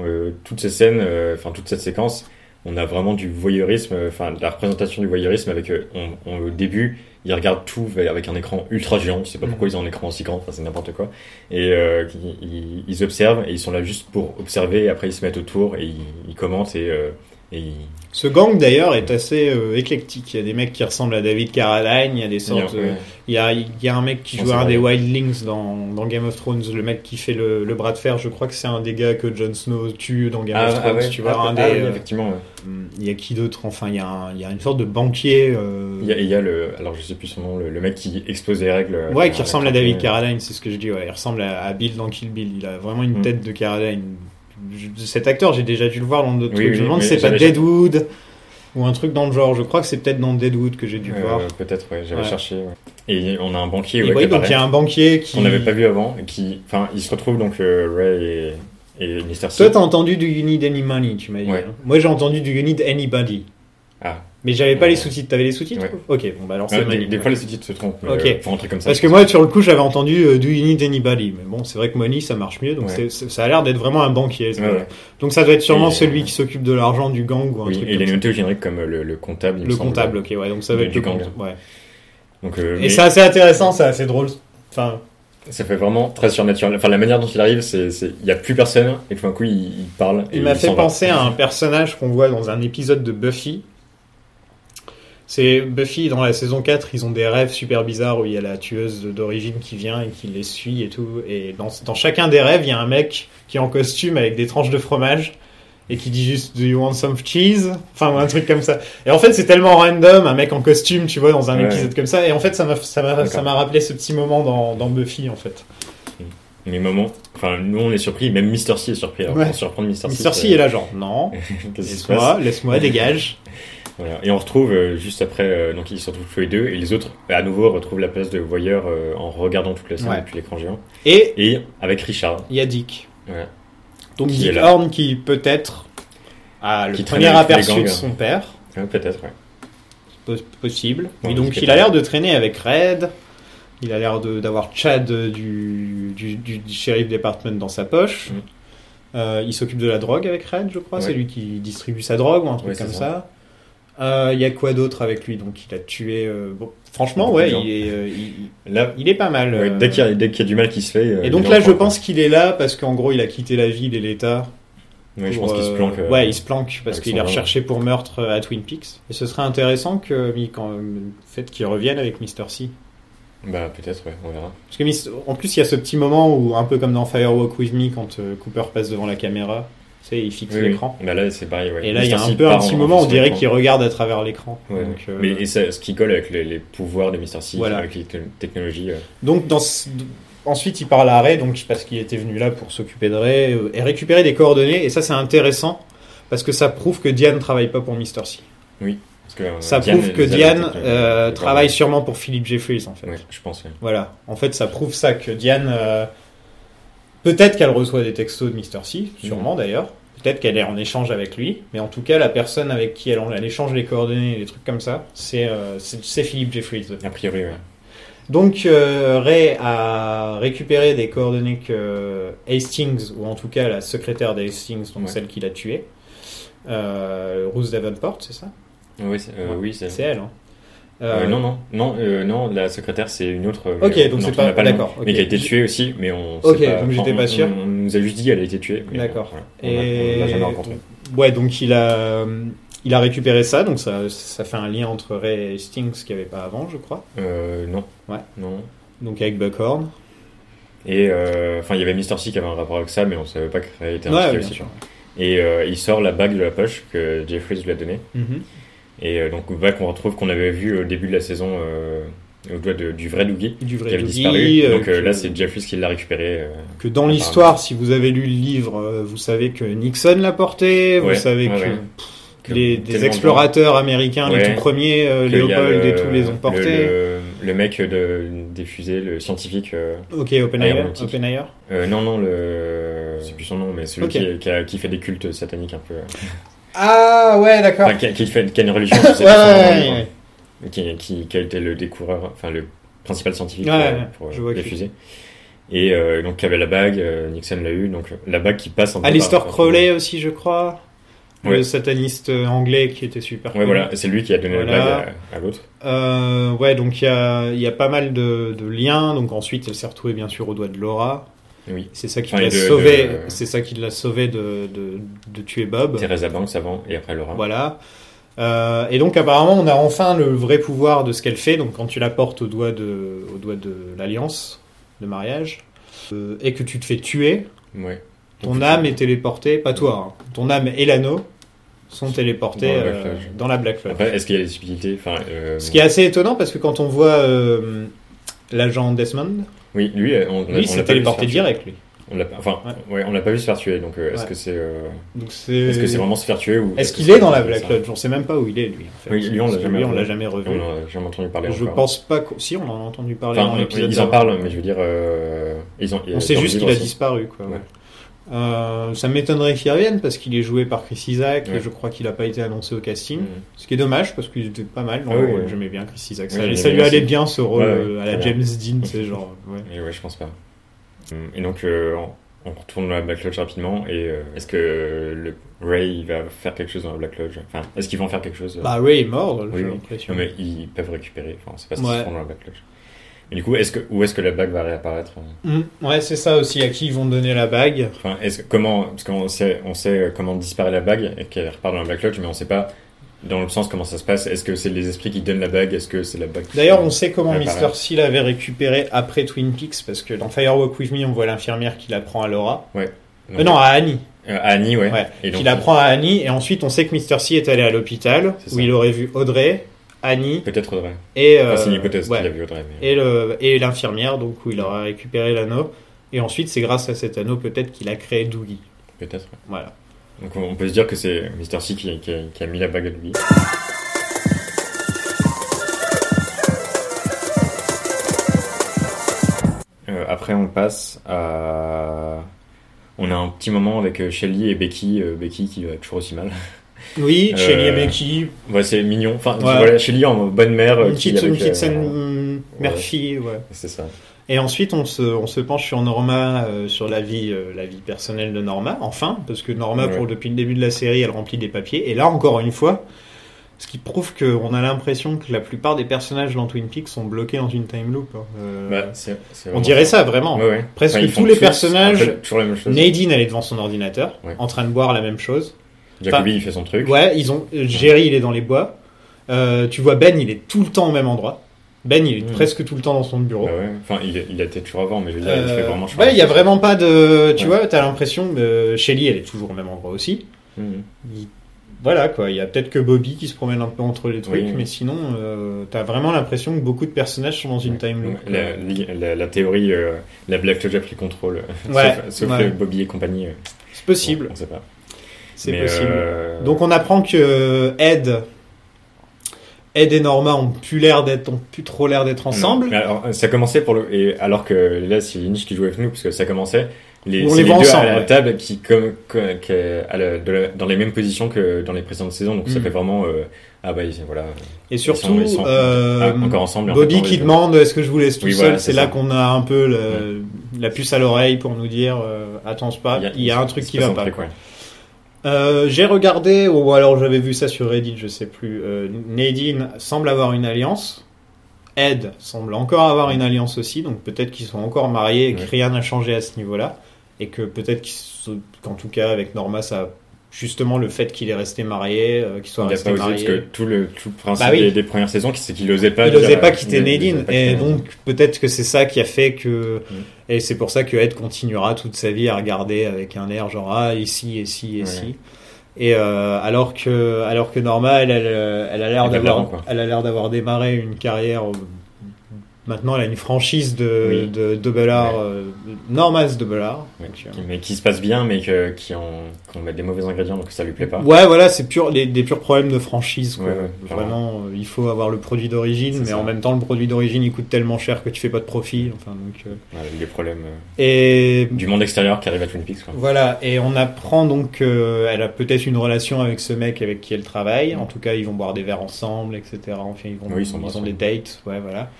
[SPEAKER 5] euh, toutes ces scènes, euh, enfin toute cette séquence, on a vraiment du voyeurisme, euh, enfin de la représentation du voyeurisme avec. euh, on, on- au début, ils regardent tout avec un écran ultra géant. Je sais pas
[SPEAKER 4] Mhm.
[SPEAKER 5] pourquoi ils ont un écran aussi grand, enfin c'est n'importe quoi. Et euh, ils- ils, ils observent et ils sont là juste pour observer. Et après, ils se mettent autour et ils, ils commentent et, euh, et ils-
[SPEAKER 4] Ce gang d'ailleurs est assez euh, éclectique. Il y a des mecs qui ressemblent à David Carradine, il y a des sortes. euh,
[SPEAKER 5] Ouais.
[SPEAKER 4] Il y a, il y a un mec qui
[SPEAKER 5] Non,
[SPEAKER 4] joue
[SPEAKER 5] c'est
[SPEAKER 4] un
[SPEAKER 5] vrai.
[SPEAKER 4] des Wildlings dans, dans Game of Thrones, le mec qui fait le, le bras de fer. Je crois que c'est un des gars que Jon Snow tue dans Game of Thrones.
[SPEAKER 5] ouais.
[SPEAKER 4] Tu vois,
[SPEAKER 5] Ah,
[SPEAKER 4] un
[SPEAKER 5] ah
[SPEAKER 4] des,
[SPEAKER 5] oui,
[SPEAKER 4] euh,
[SPEAKER 5] effectivement. ouais.
[SPEAKER 4] hum, il y a qui d'autre Enfin, il y, a un- il y a une sorte de banquier. euh,
[SPEAKER 5] Il y, a, il y a le, alors je sais plus son nom, le, le mec qui expose les règles. euh,
[SPEAKER 4] Ouais,
[SPEAKER 5] dans
[SPEAKER 4] qui
[SPEAKER 5] la
[SPEAKER 4] ressemble à
[SPEAKER 5] cantine.
[SPEAKER 4] David Carradine, c'est ce que je dis. Ouais, il ressemble à, à Bill dans Kill Bill. Il a vraiment une
[SPEAKER 5] Hmm.
[SPEAKER 4] tête de Carradine. Je- cet acteur, j'ai déjà dû le voir dans d'autres
[SPEAKER 5] Oui,
[SPEAKER 4] trucs.
[SPEAKER 5] oui,
[SPEAKER 4] je me demande
[SPEAKER 5] mais
[SPEAKER 4] si c'est pas
[SPEAKER 5] j'avais-
[SPEAKER 4] Deadwood ou un truc dans le genre. Je crois que c'est peut-être dans Deadwood que j'ai dû
[SPEAKER 5] Euh,
[SPEAKER 4] voir.
[SPEAKER 5] Peut-être, ouais, j'avais
[SPEAKER 4] Ouais.
[SPEAKER 5] cherché. ouais. Et on a un banquier
[SPEAKER 4] Et
[SPEAKER 5] ouais,
[SPEAKER 4] oui,
[SPEAKER 5] qui
[SPEAKER 4] donc il y a un
[SPEAKER 5] apparaît,
[SPEAKER 4] banquier qui.
[SPEAKER 5] qu'on n'avait pas vu avant. et Qui, enfin, ils se retrouvent donc euh, Ray et, et Mister
[SPEAKER 4] Toi, t'as entendu Do You Need Any Money, tu m'as dit.
[SPEAKER 5] Ouais.
[SPEAKER 4] hein. Moi, j'ai entendu Do You Need Anybody.
[SPEAKER 5] Ah.
[SPEAKER 4] Mais j'avais pas
[SPEAKER 5] Ouais.
[SPEAKER 4] les sous-titres. T'avais les sous-titres
[SPEAKER 5] Ouais.
[SPEAKER 4] Ok, bon, bah alors c'est
[SPEAKER 5] Ouais, des,
[SPEAKER 4] Money.
[SPEAKER 5] des fois, les sous-titres se trompent.
[SPEAKER 4] Ok.
[SPEAKER 5] euh, pour entrer comme ça.
[SPEAKER 4] Parce que moi, sur le coup, j'avais entendu euh, Do You Need Anybody. Mais bon, c'est vrai que Money, ça marche mieux. Donc
[SPEAKER 5] Ouais.
[SPEAKER 4] c'est- c'est- ça a l'air d'être vraiment un banquier. ce
[SPEAKER 5] Ouais,
[SPEAKER 4] mec.
[SPEAKER 5] ouais.
[SPEAKER 4] Donc ça doit être sûrement
[SPEAKER 5] Et-
[SPEAKER 4] celui qui s'occupe de l'argent du gang ou un
[SPEAKER 5] Oui,
[SPEAKER 4] truc
[SPEAKER 5] et il
[SPEAKER 4] comme
[SPEAKER 5] est
[SPEAKER 4] ça.
[SPEAKER 5] noté au générique comme euh, le, le comptable. il me
[SPEAKER 4] Le
[SPEAKER 5] semble.
[SPEAKER 4] comptable, ok, ouais, donc ça doit
[SPEAKER 5] Du-
[SPEAKER 4] être
[SPEAKER 5] du
[SPEAKER 4] le
[SPEAKER 5] gang.
[SPEAKER 4] comptable. ouais.
[SPEAKER 5] Donc, euh,
[SPEAKER 4] Et
[SPEAKER 5] mais-
[SPEAKER 4] c'est assez intéressant, c'est assez drôle. Enfin,
[SPEAKER 5] Ça fait vraiment très surnaturel. Enfin, la manière dont il arrive, c'est, c'est- il y a plus personne, et tout d'un coup, il, il parle. et
[SPEAKER 4] Il m'a fait
[SPEAKER 5] s'en va.
[SPEAKER 4] penser à un personnage qu'on voit dans un épisode de Buffy. C'est Buffy, dans la saison 4, ils ont des rêves super bizarres où il y a la tueuse d'origine qui vient et qui les suit et tout. Et dans, dans chacun des rêves, il y a un mec qui est en costume avec des tranches de fromage et qui dit juste Do you want some cheese Enfin, ou un truc comme ça. Et en fait, c'est tellement random, un mec en costume, tu vois, dans un
[SPEAKER 5] Ouais.
[SPEAKER 4] épisode comme ça. Et en fait, ça m'a- ça m'a ça
[SPEAKER 5] D'accord.
[SPEAKER 4] m'a rappelé ce petit moment dans, dans Buffy, en fait.
[SPEAKER 5] Mais moment, enfin, nous on est surpris, même Mister C est surpris. Alors,
[SPEAKER 4] Ouais.
[SPEAKER 5] pour surprendre Mister C.
[SPEAKER 4] Mr. C est là, genre, non,
[SPEAKER 5] Qu'est-ce qui se passe
[SPEAKER 4] laisse-moi, laisse-moi, dégage.
[SPEAKER 5] Voilà. Et on retrouve euh, juste après, euh, donc ils se retrouvent tous les deux, et les autres à nouveau retrouvent la place de voyeur euh, en regardant toute la scène
[SPEAKER 4] Ouais.
[SPEAKER 5] depuis l'écran géant.
[SPEAKER 4] Et
[SPEAKER 5] Et avec Richard,
[SPEAKER 4] il y a Dick.
[SPEAKER 5] Ouais.
[SPEAKER 4] Donc
[SPEAKER 5] Qui est
[SPEAKER 4] Dick
[SPEAKER 5] là.
[SPEAKER 4] Horn qui peut-être a le
[SPEAKER 5] Qui traînait
[SPEAKER 4] premier
[SPEAKER 5] avec tous les
[SPEAKER 4] aperçu de
[SPEAKER 5] gangs.
[SPEAKER 4] son père,
[SPEAKER 5] Ouais, hein, peut-être, ouais.
[SPEAKER 4] po- possible.
[SPEAKER 5] Bon,
[SPEAKER 4] Et
[SPEAKER 5] Dick
[SPEAKER 4] donc
[SPEAKER 5] est
[SPEAKER 4] il a
[SPEAKER 5] pas
[SPEAKER 4] l'air de traîner avec Red. Il a l'air de- d'avoir Chad euh, du, du, du, du shérif department dans sa poche.
[SPEAKER 5] Mm.
[SPEAKER 4] Euh, il s'occupe de la drogue avec Red, je crois.
[SPEAKER 5] Ouais.
[SPEAKER 4] C'est lui qui distribue sa drogue ou un truc
[SPEAKER 5] Ouais, c'est
[SPEAKER 4] comme
[SPEAKER 5] ça.
[SPEAKER 4] ça. Euh, Il y a quoi d'autre avec lui Donc il a tué. euh, bon, franchement,
[SPEAKER 5] Beaucoup
[SPEAKER 4] ouais,
[SPEAKER 5] de gens.
[SPEAKER 4] il est, euh, il,
[SPEAKER 5] Là,
[SPEAKER 4] il est pas mal.
[SPEAKER 5] ouais,
[SPEAKER 4] euh,
[SPEAKER 5] dès qu'il y, a- dès qu'il y a du mal qui se fait. euh,
[SPEAKER 4] Et
[SPEAKER 5] il
[SPEAKER 4] donc
[SPEAKER 5] en
[SPEAKER 4] là, je
[SPEAKER 5] prend, quoi.
[SPEAKER 4] pense qu'il est là parce qu'en gros, il a quitté la ville et l'État.
[SPEAKER 5] Ouais, je
[SPEAKER 4] pour,
[SPEAKER 5] pense qu'il se
[SPEAKER 4] euh,
[SPEAKER 5] planque. euh,
[SPEAKER 4] ouais, il se planque parce
[SPEAKER 5] avec
[SPEAKER 4] qu'il
[SPEAKER 5] son
[SPEAKER 4] est
[SPEAKER 5] gars.
[SPEAKER 4] recherché pour meurtre euh, à Twin Peaks. Et ce serait intéressant que, euh, mi- quand, fait, qu'il revienne avec Mr. C.
[SPEAKER 5] Bah, peut-être, ouais, on verra.
[SPEAKER 4] Parce que, Mis- en plus, il y a ce petit moment où, un peu comme dans Firewalk With Me, quand euh, Cooper passe devant la caméra, tu sais, il fixe
[SPEAKER 5] Oui, oui.
[SPEAKER 4] l'écran.
[SPEAKER 5] Bah là, c'est pareil, ouais.
[SPEAKER 4] Et là, il y a
[SPEAKER 5] Mr.
[SPEAKER 4] un
[SPEAKER 5] C
[SPEAKER 4] peu un
[SPEAKER 5] part
[SPEAKER 4] petit
[SPEAKER 5] en-
[SPEAKER 4] moment,
[SPEAKER 5] en
[SPEAKER 4] on dirait
[SPEAKER 5] se
[SPEAKER 4] qu'il regarde à travers l'écran.
[SPEAKER 5] Ouais.
[SPEAKER 4] Donc, euh,
[SPEAKER 5] Mais et ça, ce qui colle avec les, les pouvoirs de Mr. C,
[SPEAKER 4] Voilà.
[SPEAKER 5] avec les te- technologies. euh.
[SPEAKER 4] Donc, dans ce- ensuite, il parle à Ray, donc, parce qu'il était venu là pour s'occuper de Ray euh, et récupérer des coordonnées. Et ça, c'est intéressant parce que ça prouve que Diane travaille pas pour Mr. C.
[SPEAKER 5] Parce que, euh,
[SPEAKER 4] Ça
[SPEAKER 5] Diane-
[SPEAKER 4] prouve que
[SPEAKER 5] les- les-
[SPEAKER 4] Diane
[SPEAKER 5] les- les-
[SPEAKER 4] euh,
[SPEAKER 5] les-
[SPEAKER 4] travaille sûrement pour Philippe Jeffries, en fait.
[SPEAKER 5] Ouais, je pense, ouais.
[SPEAKER 4] Voilà. En fait, ça prouve ça que Diane. euh, Peut-être qu'elle reçoit des textos de Mr. C,
[SPEAKER 5] Mm.
[SPEAKER 4] sûrement d'ailleurs. Peut-être qu'elle est en échange avec lui. Mais en tout cas, la personne avec qui elle, en- elle échange les coordonnées et des trucs comme ça, c'est euh, c'est c'est Philippe Jeffries.
[SPEAKER 5] A priori, ouais.
[SPEAKER 4] Donc euh, Ray a récupéré des coordonnées que Hastings, ou en tout cas la secrétaire d'Hastings, donc
[SPEAKER 5] Ouais.
[SPEAKER 4] celle qui l'a tué, euh, Ruth Davenport, c'est ça
[SPEAKER 5] Ouais, c'est- euh,
[SPEAKER 4] Ouais.
[SPEAKER 5] Oui, c'est.
[SPEAKER 4] C'est elle. hein.
[SPEAKER 5] Euh,
[SPEAKER 4] Euh,
[SPEAKER 5] non, non, non, euh, non, la secrétaire c'est une autre. euh,
[SPEAKER 4] Ok,
[SPEAKER 5] mais on-
[SPEAKER 4] donc
[SPEAKER 5] on
[SPEAKER 4] c'est
[SPEAKER 5] n'en
[SPEAKER 4] pas-
[SPEAKER 5] a le nom.
[SPEAKER 4] d'accord, ok.
[SPEAKER 5] Mais qui a été tuée aussi, mais on.
[SPEAKER 4] Ok,
[SPEAKER 5] sait
[SPEAKER 4] donc j'étais
[SPEAKER 5] on-
[SPEAKER 4] pas sûr.
[SPEAKER 5] On, on nous a juste dit qu'elle a été tuée. mais
[SPEAKER 4] D'accord.
[SPEAKER 5] voilà. On l'a-
[SPEAKER 4] Et
[SPEAKER 5] On l'a jamais rencontrée.
[SPEAKER 4] ouais, donc il a il a récupéré ça, donc ça ça fait un lien entre Ray et Hastings qu'il n'y avait pas avant, je crois.
[SPEAKER 5] Euh, non.
[SPEAKER 4] Ouais.
[SPEAKER 5] Non.
[SPEAKER 4] Donc avec Buckhorn.
[SPEAKER 5] Et euh, enfin, il y avait Mister C qui avait un rapport avec ça, mais on savait pas que ça était
[SPEAKER 4] Ouais,
[SPEAKER 5] impliqué
[SPEAKER 4] bien
[SPEAKER 5] aussi.
[SPEAKER 4] sûr.
[SPEAKER 5] Et euh, il sort la bague de la poche que Jeffries lui a donnée.
[SPEAKER 4] Mhm.
[SPEAKER 5] Et euh, donc, bague qu'on retrouve, qu'on avait vu au début de la saison, euh, au doigt de- du vrai Doogie,
[SPEAKER 4] Du vrai
[SPEAKER 5] qui avait
[SPEAKER 4] Doogie,
[SPEAKER 5] disparu.
[SPEAKER 4] euh,
[SPEAKER 5] Donc euh,
[SPEAKER 4] que-
[SPEAKER 5] là, c'est Jeffries qui l'a récupéré. euh,
[SPEAKER 4] que dans l'histoire, si vous avez lu le livre, euh, vous savez que Nixon l'a porté, vous
[SPEAKER 5] Ouais,
[SPEAKER 4] savez
[SPEAKER 5] ouais,
[SPEAKER 4] que
[SPEAKER 5] ouais. que
[SPEAKER 4] les,
[SPEAKER 5] tellement
[SPEAKER 4] des
[SPEAKER 5] de-
[SPEAKER 4] explorateurs américains, les
[SPEAKER 5] Ouais.
[SPEAKER 4] tout premiers, euh,
[SPEAKER 5] Que y a
[SPEAKER 4] Léopold
[SPEAKER 5] le-
[SPEAKER 4] et tout, les ont portés.
[SPEAKER 5] Le, le- le mec de, des fusées, le scientifique. euh,
[SPEAKER 4] Ok, Oppenheimer.
[SPEAKER 5] Aéronautique.
[SPEAKER 4] Oppenheimer.
[SPEAKER 5] euh, non, non, le. C'est plus son nom, mais celui
[SPEAKER 4] Ok.
[SPEAKER 5] qui, qui, a- qui fait des cultes sataniques un peu.
[SPEAKER 4] Ah ouais, d'accord.
[SPEAKER 5] Enfin, qui, qui fait, qui a une religion, je
[SPEAKER 4] Ouais,
[SPEAKER 5] sais plus son nom,
[SPEAKER 4] ouais,
[SPEAKER 5] mais
[SPEAKER 4] ouais,
[SPEAKER 5] bon. Qui, qui, qui a été le découvreur, enfin le principal scientifique
[SPEAKER 4] Ouais,
[SPEAKER 5] euh,
[SPEAKER 4] ouais,
[SPEAKER 5] pour,
[SPEAKER 4] je vois
[SPEAKER 5] les
[SPEAKER 4] qui.
[SPEAKER 5] fusées. Et euh, donc, qui avait la bague, euh, Nixon l'a eu, donc la bague qui passe en
[SPEAKER 4] Alistair Crowley aussi, je crois.
[SPEAKER 5] Ouais.
[SPEAKER 4] Le sataniste euh, anglais qui était super
[SPEAKER 5] Ouais,
[SPEAKER 4] connu.
[SPEAKER 5] voilà, c'est lui qui a donné la
[SPEAKER 4] Voilà.
[SPEAKER 5] bague à, à l'autre.
[SPEAKER 4] Euh, ouais, donc il y a, il y a pas mal de, de liens. Donc ensuite, elle s'est retrouvée bien sûr au doigt de Laura.
[SPEAKER 5] Oui.
[SPEAKER 4] C'est ça qui
[SPEAKER 5] Enfin,
[SPEAKER 4] l'a
[SPEAKER 5] Ah, et de-
[SPEAKER 4] sauvée.
[SPEAKER 5] de-
[SPEAKER 4] C'est ça qui l'a sauvée de, de, de tuer Bob.
[SPEAKER 5] Teresa Banks avant et après Laura.
[SPEAKER 4] Bah. Voilà. Euh, et donc apparemment, on a enfin le vrai pouvoir de ce qu'elle fait. Donc quand tu la portes au doigt de, au doigt de l'alliance de mariage euh, et que tu te fais tuer,
[SPEAKER 5] Ouais.
[SPEAKER 4] ton
[SPEAKER 5] Donc,
[SPEAKER 4] âme est téléportée, pas toi, hein. ton âme et l'anneau sont téléportés
[SPEAKER 5] Dans la
[SPEAKER 4] euh,
[SPEAKER 5] Black Lodge.
[SPEAKER 4] dans la Black Lodge.
[SPEAKER 5] Après, est-ce qu'il y a des subtilités enfin, euh,
[SPEAKER 4] Ce qui est assez étonnant parce que quand on voit euh, l'agent Desmond,
[SPEAKER 5] Oui, lui, euh, on, on
[SPEAKER 4] lui, s'est
[SPEAKER 5] l'a pas vu se faire
[SPEAKER 4] téléporté
[SPEAKER 5] tuer.
[SPEAKER 4] direct, lui.
[SPEAKER 5] On l'a pas- enfin, ouais, on l'a pas vu se faire tuer, donc euh, est-ce
[SPEAKER 4] Ouais.
[SPEAKER 5] que c'est, euh,
[SPEAKER 4] Donc
[SPEAKER 5] est-ce que c'est vraiment se faire tuer ou
[SPEAKER 4] Est-ce qu'il est dans la
[SPEAKER 5] c'est-
[SPEAKER 4] Black
[SPEAKER 5] c'est-
[SPEAKER 4] Lodge On sait même pas où il est, lui. en fait.
[SPEAKER 5] Oui, lui, on l'a
[SPEAKER 4] Parce que
[SPEAKER 5] jamais
[SPEAKER 4] on l'a
[SPEAKER 5] revu.
[SPEAKER 4] jamais revu.
[SPEAKER 5] On en a jamais entendu parler.
[SPEAKER 4] Je
[SPEAKER 5] encore.
[SPEAKER 4] pense pas. qu'on- Si, on en a entendu parler
[SPEAKER 5] Enfin,
[SPEAKER 4] dans
[SPEAKER 5] euh,
[SPEAKER 4] l'épisode.
[SPEAKER 5] ils en
[SPEAKER 4] d'avant.
[SPEAKER 5] parlent, mais je veux dire, euh, ils ont.
[SPEAKER 4] On sait juste qu'il a disparu, quoi.
[SPEAKER 5] Ouais.
[SPEAKER 4] Euh, ça m'étonnerait qu'il revienne parce qu'il est joué par Chris Isaac
[SPEAKER 5] Ouais.
[SPEAKER 4] et je crois qu'il n'a pas été annoncé au casting.
[SPEAKER 5] Mmh.
[SPEAKER 4] Ce qui est dommage parce qu'il était pas mal. dans
[SPEAKER 5] Ah
[SPEAKER 4] le
[SPEAKER 5] oui,
[SPEAKER 4] rôle.
[SPEAKER 5] oui.
[SPEAKER 4] J'aimais bien Chris Isaac.
[SPEAKER 5] Oui,
[SPEAKER 4] ça,
[SPEAKER 5] j'aimais
[SPEAKER 4] ça lui
[SPEAKER 5] bien
[SPEAKER 4] allait
[SPEAKER 5] aussi.
[SPEAKER 4] bien ce rôle
[SPEAKER 5] Ouais, ouais,
[SPEAKER 4] euh, à la
[SPEAKER 5] très
[SPEAKER 4] James
[SPEAKER 5] bien.
[SPEAKER 4] Dean, c'est genre. ouais.
[SPEAKER 5] Et ouais, je pense pas. Hum, Et donc, euh, on on retourne dans la Black Lodge rapidement. Et euh, est-ce que euh, le Ray il va faire quelque chose dans la Black Lodge Enfin, est-ce qu'ils vont faire quelque chose euh,
[SPEAKER 4] Bah Ray est mort,
[SPEAKER 5] Oui,
[SPEAKER 4] j'ai
[SPEAKER 5] oui.
[SPEAKER 4] l'impression.
[SPEAKER 5] Non, mais ils peuvent récupérer. Enfin, c'est pas ce
[SPEAKER 4] Ouais.
[SPEAKER 5] qu'ils font dans la Black Lodge. Mais du coup, est-ce que où est-ce que la bague va réapparaître euh
[SPEAKER 4] Mmh. Ouais, c'est ça aussi. À qui ils vont donner la bague
[SPEAKER 5] Enfin, est-ce que- comment parce qu'on sait on sait comment disparaît la bague et qu'elle repart dans la Black Lodge, mais on sait pas dans le sens comment ça se passe. Est-ce que c'est les esprits qui donnent la bague Est-ce que c'est la bague qui-
[SPEAKER 4] D'ailleurs, on sait comment
[SPEAKER 5] Ouais,
[SPEAKER 4] Mr.
[SPEAKER 5] pareil.
[SPEAKER 4] Seal avait récupéré après Twin Peaks, parce que dans Firewalk With Me, on voit l'infirmière qui l'apprend à Laura.
[SPEAKER 5] Donc,
[SPEAKER 4] Euh, non, à Annie.
[SPEAKER 5] euh, Annie, ouais.
[SPEAKER 4] Ouais.
[SPEAKER 5] Et donc, euh,
[SPEAKER 4] Qui l'apprend à Annie, et ensuite on sait que Mr. C est allé à l'hôpital,
[SPEAKER 5] C'est
[SPEAKER 4] où
[SPEAKER 5] ça.
[SPEAKER 4] il aurait vu Audrey, Annie,
[SPEAKER 5] Peut-être Audrey.
[SPEAKER 4] et.
[SPEAKER 5] Enfin,
[SPEAKER 4] euh,
[SPEAKER 5] c'est une hypothèse
[SPEAKER 4] ouais.
[SPEAKER 5] qu'il a vu Audrey. mais-
[SPEAKER 4] et le et l'infirmière donc où il aura récupéré l'anneau et ensuite c'est grâce à cet anneau peut-être qu'il a créé Doogie
[SPEAKER 5] Peut-être. ouais.
[SPEAKER 4] voilà
[SPEAKER 5] Donc on on peut se dire que c'est Mr. C qui, qui a- qui a mis la bague à lui. Euh, après, on passe à. On a un petit moment avec euh, Shelly et Becky. euh, Becky qui va toujours aussi mal.
[SPEAKER 4] oui
[SPEAKER 5] Euh,
[SPEAKER 4] Shelly et Becky
[SPEAKER 5] Ouais, c'est mignon. Enfin,
[SPEAKER 4] Ouais.
[SPEAKER 5] voilà, Shelly en bonne mère. euh,
[SPEAKER 4] une
[SPEAKER 5] qui,
[SPEAKER 4] petite, une
[SPEAKER 5] avec,
[SPEAKER 4] petite
[SPEAKER 5] euh,
[SPEAKER 4] scène hum,
[SPEAKER 5] ouais.
[SPEAKER 4] mère-fille ouais.
[SPEAKER 5] C'est ça.
[SPEAKER 4] et ensuite on se, on se penche sur Norma euh, sur la vie euh, la vie personnelle de Norma enfin parce que Norma
[SPEAKER 5] Ouais.
[SPEAKER 4] pour depuis le début de la série elle remplit des papiers et là encore une fois ce qui prouve qu'on a l'impression que la plupart des personnages dans Twin Peaks sont bloqués dans une time loop hein. Euh,
[SPEAKER 5] Bah, c'est- c'est
[SPEAKER 4] on
[SPEAKER 5] vraiment
[SPEAKER 4] dirait ça vraiment
[SPEAKER 5] Ouais, ouais.
[SPEAKER 4] Presque
[SPEAKER 5] Enfin, ils
[SPEAKER 4] tous
[SPEAKER 5] font
[SPEAKER 4] les
[SPEAKER 5] tous
[SPEAKER 4] personnages-
[SPEAKER 5] un peu Toujours la même chose.
[SPEAKER 4] Nadine elle est devant son ordinateur
[SPEAKER 5] Ouais.
[SPEAKER 4] en train de boire la même chose
[SPEAKER 5] Jacobi, il fait son truc.
[SPEAKER 4] Ouais, ils ont euh, Jerry, il est dans les bois. Euh, tu vois Ben, il est tout le temps au même endroit. Ben, il est
[SPEAKER 5] Mhm.
[SPEAKER 4] presque tout le temps dans son bureau.
[SPEAKER 5] Bah ouais. Enfin, il, il a été toujours avant, mais je veux dire, il fait
[SPEAKER 4] Euh,
[SPEAKER 5] vraiment chaud.
[SPEAKER 4] ouais, il y a vraiment pas de. Tu
[SPEAKER 5] Ouais.
[SPEAKER 4] vois, t'as l'impression. Euh, Shelly, elle est toujours au même endroit aussi.
[SPEAKER 5] Mhm.
[SPEAKER 4] Il- Voilà quoi, il y a peut-être que Bobby qui se promène un peu entre les trucs,
[SPEAKER 5] Oui.
[SPEAKER 4] mais sinon, euh, t'as vraiment l'impression que beaucoup de personnages sont dans une time loop.
[SPEAKER 5] La, la- la- la théorie, euh, la Black Lodge a pris le contrôle. euh,
[SPEAKER 4] Ouais,
[SPEAKER 5] sauf sauf
[SPEAKER 4] ouais.
[SPEAKER 5] que Bobby et compagnie. euh,
[SPEAKER 4] C'est possible,
[SPEAKER 5] On, on sait pas.
[SPEAKER 4] c'est
[SPEAKER 5] Mais,
[SPEAKER 4] possible.
[SPEAKER 5] euh,
[SPEAKER 4] Donc on apprend que euh, Ed, Ed et Norma ont plus l'air d'être, ont plus trop l'air d'être
[SPEAKER 5] non.
[SPEAKER 4] ensemble.
[SPEAKER 5] Mais alors, ça commençait pour le. Et alors que là, c'est Lynch qui jouait avec nous, parce que ça commençait. Les,
[SPEAKER 4] On
[SPEAKER 5] c'est
[SPEAKER 4] les voit
[SPEAKER 5] deux
[SPEAKER 4] ensemble,
[SPEAKER 5] à la
[SPEAKER 4] ouais.
[SPEAKER 5] table qui, comme, que- que- à la- de la- dans les mêmes positions que dans les précédentes saisons. Donc ça
[SPEAKER 4] Mhm.
[SPEAKER 5] fait vraiment. euh, ah bah, ils- voilà.
[SPEAKER 4] Et surtout,
[SPEAKER 5] ils sont
[SPEAKER 4] euh,
[SPEAKER 5] Ah, encore ensemble. et en fait,
[SPEAKER 4] Bobby
[SPEAKER 5] non,
[SPEAKER 4] qui
[SPEAKER 5] les-
[SPEAKER 4] demande est-ce que je vous laisse tout
[SPEAKER 5] Oui,
[SPEAKER 4] seul
[SPEAKER 5] voilà,
[SPEAKER 4] C'est
[SPEAKER 5] c'est
[SPEAKER 4] là
[SPEAKER 5] ça.
[SPEAKER 4] qu'on a un peu le- la puce à l'oreille pour nous dire euh, attends c'est pas, il y a un truc
[SPEAKER 5] se
[SPEAKER 4] qui
[SPEAKER 5] passe
[SPEAKER 4] va
[SPEAKER 5] un
[SPEAKER 4] pas.
[SPEAKER 5] truc, ouais.
[SPEAKER 4] Euh, J'ai regardé ou alors j'avais vu ça sur Reddit, je sais plus. euh, Nadine semble avoir une alliance. Ed semble encore avoir une alliance aussi, donc peut-être qu'ils sont encore mariés et que
[SPEAKER 5] Ouais.
[SPEAKER 4] rien n'a changé à ce niveau-là, et que peut-être qu'ils se- qu'en tout cas avec Norma ça justement le fait qu'il est resté marié, euh, qu'il soit
[SPEAKER 5] Il n'a
[SPEAKER 4] resté
[SPEAKER 5] pas osé, parce
[SPEAKER 4] marié.
[SPEAKER 5] que tout le, tout le principe
[SPEAKER 4] Bah oui.
[SPEAKER 5] des, des premières saisons, c'est qu'il n'osait pas.
[SPEAKER 4] il
[SPEAKER 5] dire,
[SPEAKER 4] n'osait pas
[SPEAKER 5] euh,
[SPEAKER 4] quitter
[SPEAKER 5] il- il
[SPEAKER 4] Nadine
[SPEAKER 5] osait pas
[SPEAKER 4] et
[SPEAKER 5] quitter Nadine.
[SPEAKER 4] donc peut-être que c'est ça qui a fait que
[SPEAKER 5] Mm.
[SPEAKER 4] et c'est pour ça que Ed continuera toute sa vie à regarder avec un air genre ah ici et si et
[SPEAKER 5] Ouais.
[SPEAKER 4] si et euh, alors que alors que Norma elle elle, euh, elle a l'air
[SPEAKER 5] Elle a de
[SPEAKER 4] d'avoir
[SPEAKER 5] l'avant, quoi.
[SPEAKER 4] elle a l'air d'avoir démarré une carrière euh, maintenant elle a une franchise de
[SPEAKER 5] Oui.
[SPEAKER 4] de double R
[SPEAKER 5] Ouais.
[SPEAKER 4] euh, Norma's double R
[SPEAKER 5] Ouais,
[SPEAKER 4] Donc, euh,
[SPEAKER 5] qui- mais qui se passe bien, mais que, qui en, qu'on met des mauvais ingrédients, donc ça lui plaît pas.
[SPEAKER 4] Ouais, voilà, c'est pur, les- des purs problèmes de franchise. Quoi.
[SPEAKER 5] Ouais, ouais, clairement.
[SPEAKER 4] Vraiment, euh, il faut avoir le produit d'origine,
[SPEAKER 5] C'est
[SPEAKER 4] mais
[SPEAKER 5] ça.
[SPEAKER 4] en même temps, le produit d'origine, il coûte tellement cher que tu fais pas de profit. Enfin, donc, euh,
[SPEAKER 5] Voilà, les problèmes euh,
[SPEAKER 4] Et
[SPEAKER 5] du monde extérieur qui arrive à Twin Peaks. Quoi.
[SPEAKER 4] voilà, et on apprend donc qu'elle a peut-être une relation avec ce mec avec qui elle travaille. En tout cas, ils vont boire des verres ensemble, etc. Enfin, ils, vont,
[SPEAKER 5] Oui, ils sont
[SPEAKER 4] ont
[SPEAKER 5] ensemble.
[SPEAKER 4] des dates, ouais, voilà.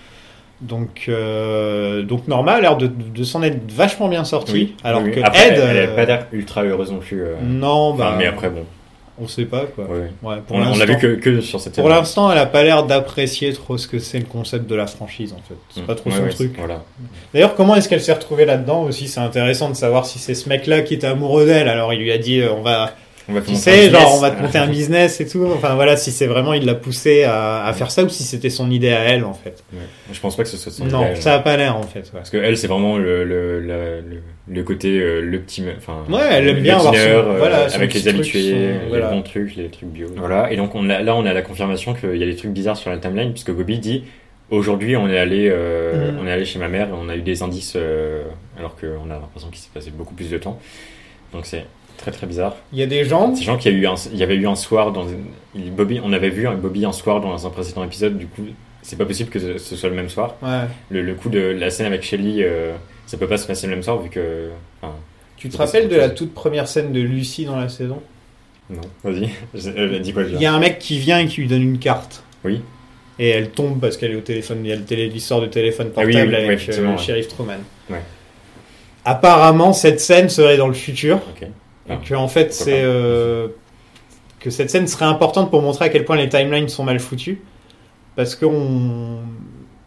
[SPEAKER 4] Donc, euh, donc Norma a l'air de, de s'en être vachement bien sortie. alors
[SPEAKER 5] Oui, oui.
[SPEAKER 4] que
[SPEAKER 5] Après,
[SPEAKER 4] Ed.
[SPEAKER 5] elle n'a
[SPEAKER 4] euh,
[SPEAKER 5] pas l'air ultra heureuse non plus. euh,
[SPEAKER 4] non,
[SPEAKER 5] enfin,
[SPEAKER 4] bah,
[SPEAKER 5] mais après, bon.
[SPEAKER 4] on sait pas quoi.
[SPEAKER 5] ouais, ouais.
[SPEAKER 4] Ouais, pour
[SPEAKER 5] On, on l'a
[SPEAKER 4] l'instant.
[SPEAKER 5] vu que, que sur cette
[SPEAKER 4] Pour l'instant, elle a pas l'air d'apprécier trop ce que c'est le concept de la franchise en fait. C'est
[SPEAKER 5] Mm.
[SPEAKER 4] pas trop
[SPEAKER 5] Ouais,
[SPEAKER 4] son
[SPEAKER 5] ouais,
[SPEAKER 4] truc.
[SPEAKER 5] Voilà.
[SPEAKER 4] D'ailleurs, comment est-ce qu'elle s'est retrouvée là-dedans aussi C'est intéressant de savoir si c'est ce mec-là qui était amoureux d'elle. Alors il lui a dit euh, on va,
[SPEAKER 5] On va
[SPEAKER 4] tu
[SPEAKER 5] commencer
[SPEAKER 4] sais,
[SPEAKER 5] un
[SPEAKER 4] genre
[SPEAKER 5] business.
[SPEAKER 4] on va te monter un business et tout. Enfin voilà, si c'est vraiment il l'a poussé à, à faire ça ou si c'était son idée à elle en fait.
[SPEAKER 5] Ouais. Je pense pas que ce soit son
[SPEAKER 4] non,
[SPEAKER 5] idéal.
[SPEAKER 4] ça a pas l'air en fait. ouais.
[SPEAKER 5] Parce que elle, c'est vraiment le, le, la- le, le côté euh, le petit, me- enfin,
[SPEAKER 4] Ouais, elle aime
[SPEAKER 5] le
[SPEAKER 4] bien avoir son-
[SPEAKER 5] dîner, euh,
[SPEAKER 4] voilà, son
[SPEAKER 5] avec
[SPEAKER 4] petit
[SPEAKER 5] les
[SPEAKER 4] truc, son-
[SPEAKER 5] habitués,
[SPEAKER 4] voilà.
[SPEAKER 5] les bons trucs, les trucs bio. Voilà. Et donc on a, là, on a la confirmation qu'il y a des trucs bizarres sur la timeline puisque Bobby dit aujourd'hui on est allé, euh,
[SPEAKER 4] Mhm.
[SPEAKER 5] on est allé chez ma mère et on a eu des indices euh, alors qu'on a l'impression qu'il s'est passé beaucoup plus de temps. Donc c'est très très bizarre.
[SPEAKER 4] Il y a des gens.
[SPEAKER 5] Sachant qu'il y a eu un, il y avait eu un soir dans il- Bobby, on avait vu un Bobby un soir dans un précédent épisode. Du coup, c'est pas possible que ce- ce soit le même soir
[SPEAKER 4] Ouais.
[SPEAKER 5] le, le coup de la scène avec Shelly, euh, ça peut pas se passer le même soir vu que. Enfin,
[SPEAKER 4] Tu te
[SPEAKER 5] C'est pas
[SPEAKER 4] rappelles
[SPEAKER 5] ça,
[SPEAKER 4] de la
[SPEAKER 5] c'est-
[SPEAKER 4] toute première scène de Lucie dans la saison
[SPEAKER 5] non, vas-y. Je- euh, dis quoi
[SPEAKER 4] Il
[SPEAKER 5] déjà
[SPEAKER 4] y a un mec qui vient et qui lui donne une carte.
[SPEAKER 5] Oui.
[SPEAKER 4] Et elle tombe parce qu'elle est au téléphone. Il y a le télé- l'histoire du téléphone
[SPEAKER 5] Ah oui,
[SPEAKER 4] portable
[SPEAKER 5] oui, oui,
[SPEAKER 4] avec euh,
[SPEAKER 5] effectivement,
[SPEAKER 4] le
[SPEAKER 5] ouais.
[SPEAKER 4] shérif Truman.
[SPEAKER 5] Ouais.
[SPEAKER 4] Apparemment, cette scène serait dans le futur.
[SPEAKER 5] Ok.
[SPEAKER 4] Et
[SPEAKER 5] Ah.
[SPEAKER 4] que, en fait,
[SPEAKER 5] Pourquoi
[SPEAKER 4] c'est.
[SPEAKER 5] pas
[SPEAKER 4] euh, que cette scène serait importante pour montrer à quel point les timelines sont mal foutues. Parce qu'on.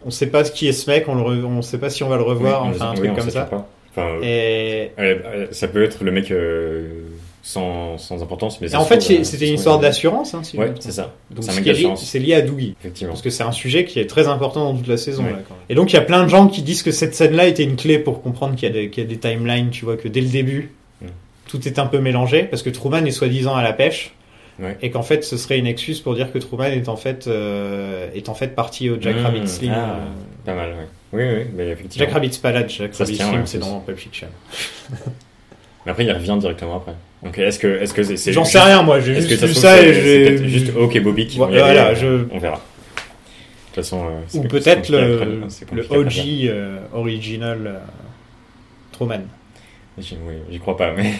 [SPEAKER 4] On sait pas ce qui est ce mec, on, le re- on sait pas si on va le
[SPEAKER 5] Oui,
[SPEAKER 4] revoir,
[SPEAKER 5] on-
[SPEAKER 4] enfin un
[SPEAKER 5] oui,
[SPEAKER 4] truc
[SPEAKER 5] on
[SPEAKER 4] comme
[SPEAKER 5] sait
[SPEAKER 4] ça.
[SPEAKER 5] pas. Enfin, euh,
[SPEAKER 4] Et.
[SPEAKER 5] euh, euh, ça peut être le mec euh, sans, sans importance. Mais
[SPEAKER 4] Et
[SPEAKER 5] ça
[SPEAKER 4] en
[SPEAKER 5] se
[SPEAKER 4] fait,
[SPEAKER 5] trouve,
[SPEAKER 4] c'est-
[SPEAKER 5] euh,
[SPEAKER 4] c'était
[SPEAKER 5] ça
[SPEAKER 4] une
[SPEAKER 5] se
[SPEAKER 4] histoire
[SPEAKER 5] trouve, euh,
[SPEAKER 4] d'assurance. Hein, si je
[SPEAKER 5] Ouais,
[SPEAKER 4] me trompe.
[SPEAKER 5] c'est ça.
[SPEAKER 4] Donc
[SPEAKER 5] C'est un
[SPEAKER 4] ce
[SPEAKER 5] mec
[SPEAKER 4] qui est lié-
[SPEAKER 5] d'assurance.
[SPEAKER 4] c'est lié à Dougie.
[SPEAKER 5] Effectivement.
[SPEAKER 4] Parce que c'est un sujet qui est très important dans toute la saison.
[SPEAKER 5] Ouais.
[SPEAKER 4] là, quand même. Et donc il y a plein de gens qui disent que cette scène-là était une clé pour comprendre qu'il y, a des- qu'il y a des timelines, tu vois, que dès le début,
[SPEAKER 5] Mm.
[SPEAKER 4] tout est un peu mélangé, parce que Truman est soi-disant à la pêche,
[SPEAKER 5] Ouais.
[SPEAKER 4] et qu'en fait ce serait une excuse pour dire que Truman est en fait, euh, est en fait parti au Jack
[SPEAKER 5] Mm.
[SPEAKER 4] Rabbit Slim.
[SPEAKER 5] Ah.
[SPEAKER 4] euh,
[SPEAKER 5] Pas mal, oui. Oui, oui, mais effectivement.
[SPEAKER 4] Jack Rabbit's Palade, Jack
[SPEAKER 5] Ça se
[SPEAKER 4] Rabbit's
[SPEAKER 5] tient,
[SPEAKER 4] Slim,
[SPEAKER 5] ouais,
[SPEAKER 4] c'est
[SPEAKER 5] c'est-
[SPEAKER 4] dans Pulp Fiction.
[SPEAKER 5] Mais après, il revient directement après. Donc, est-ce que est-ce que c'est. c'est
[SPEAKER 4] J'en
[SPEAKER 5] juste-
[SPEAKER 4] sais rien, moi, j'ai
[SPEAKER 5] Est-ce
[SPEAKER 4] juste
[SPEAKER 5] que
[SPEAKER 4] vu
[SPEAKER 5] se trouve,
[SPEAKER 4] ça
[SPEAKER 5] c'est-
[SPEAKER 4] et
[SPEAKER 5] c'est
[SPEAKER 4] j'ai.
[SPEAKER 5] peut-être juste OK Bobby qui vont y
[SPEAKER 4] Voilà,
[SPEAKER 5] aller, euh,
[SPEAKER 4] je-
[SPEAKER 5] On verra. De toute façon. euh, c'est
[SPEAKER 4] Ou
[SPEAKER 5] compliqué
[SPEAKER 4] peut-être
[SPEAKER 5] après,
[SPEAKER 4] le,
[SPEAKER 5] hein, c'est
[SPEAKER 4] le
[SPEAKER 5] compliqué après.
[SPEAKER 4] OG euh, original euh, Truman.
[SPEAKER 5] J'y- Oui, j'y crois pas, mais.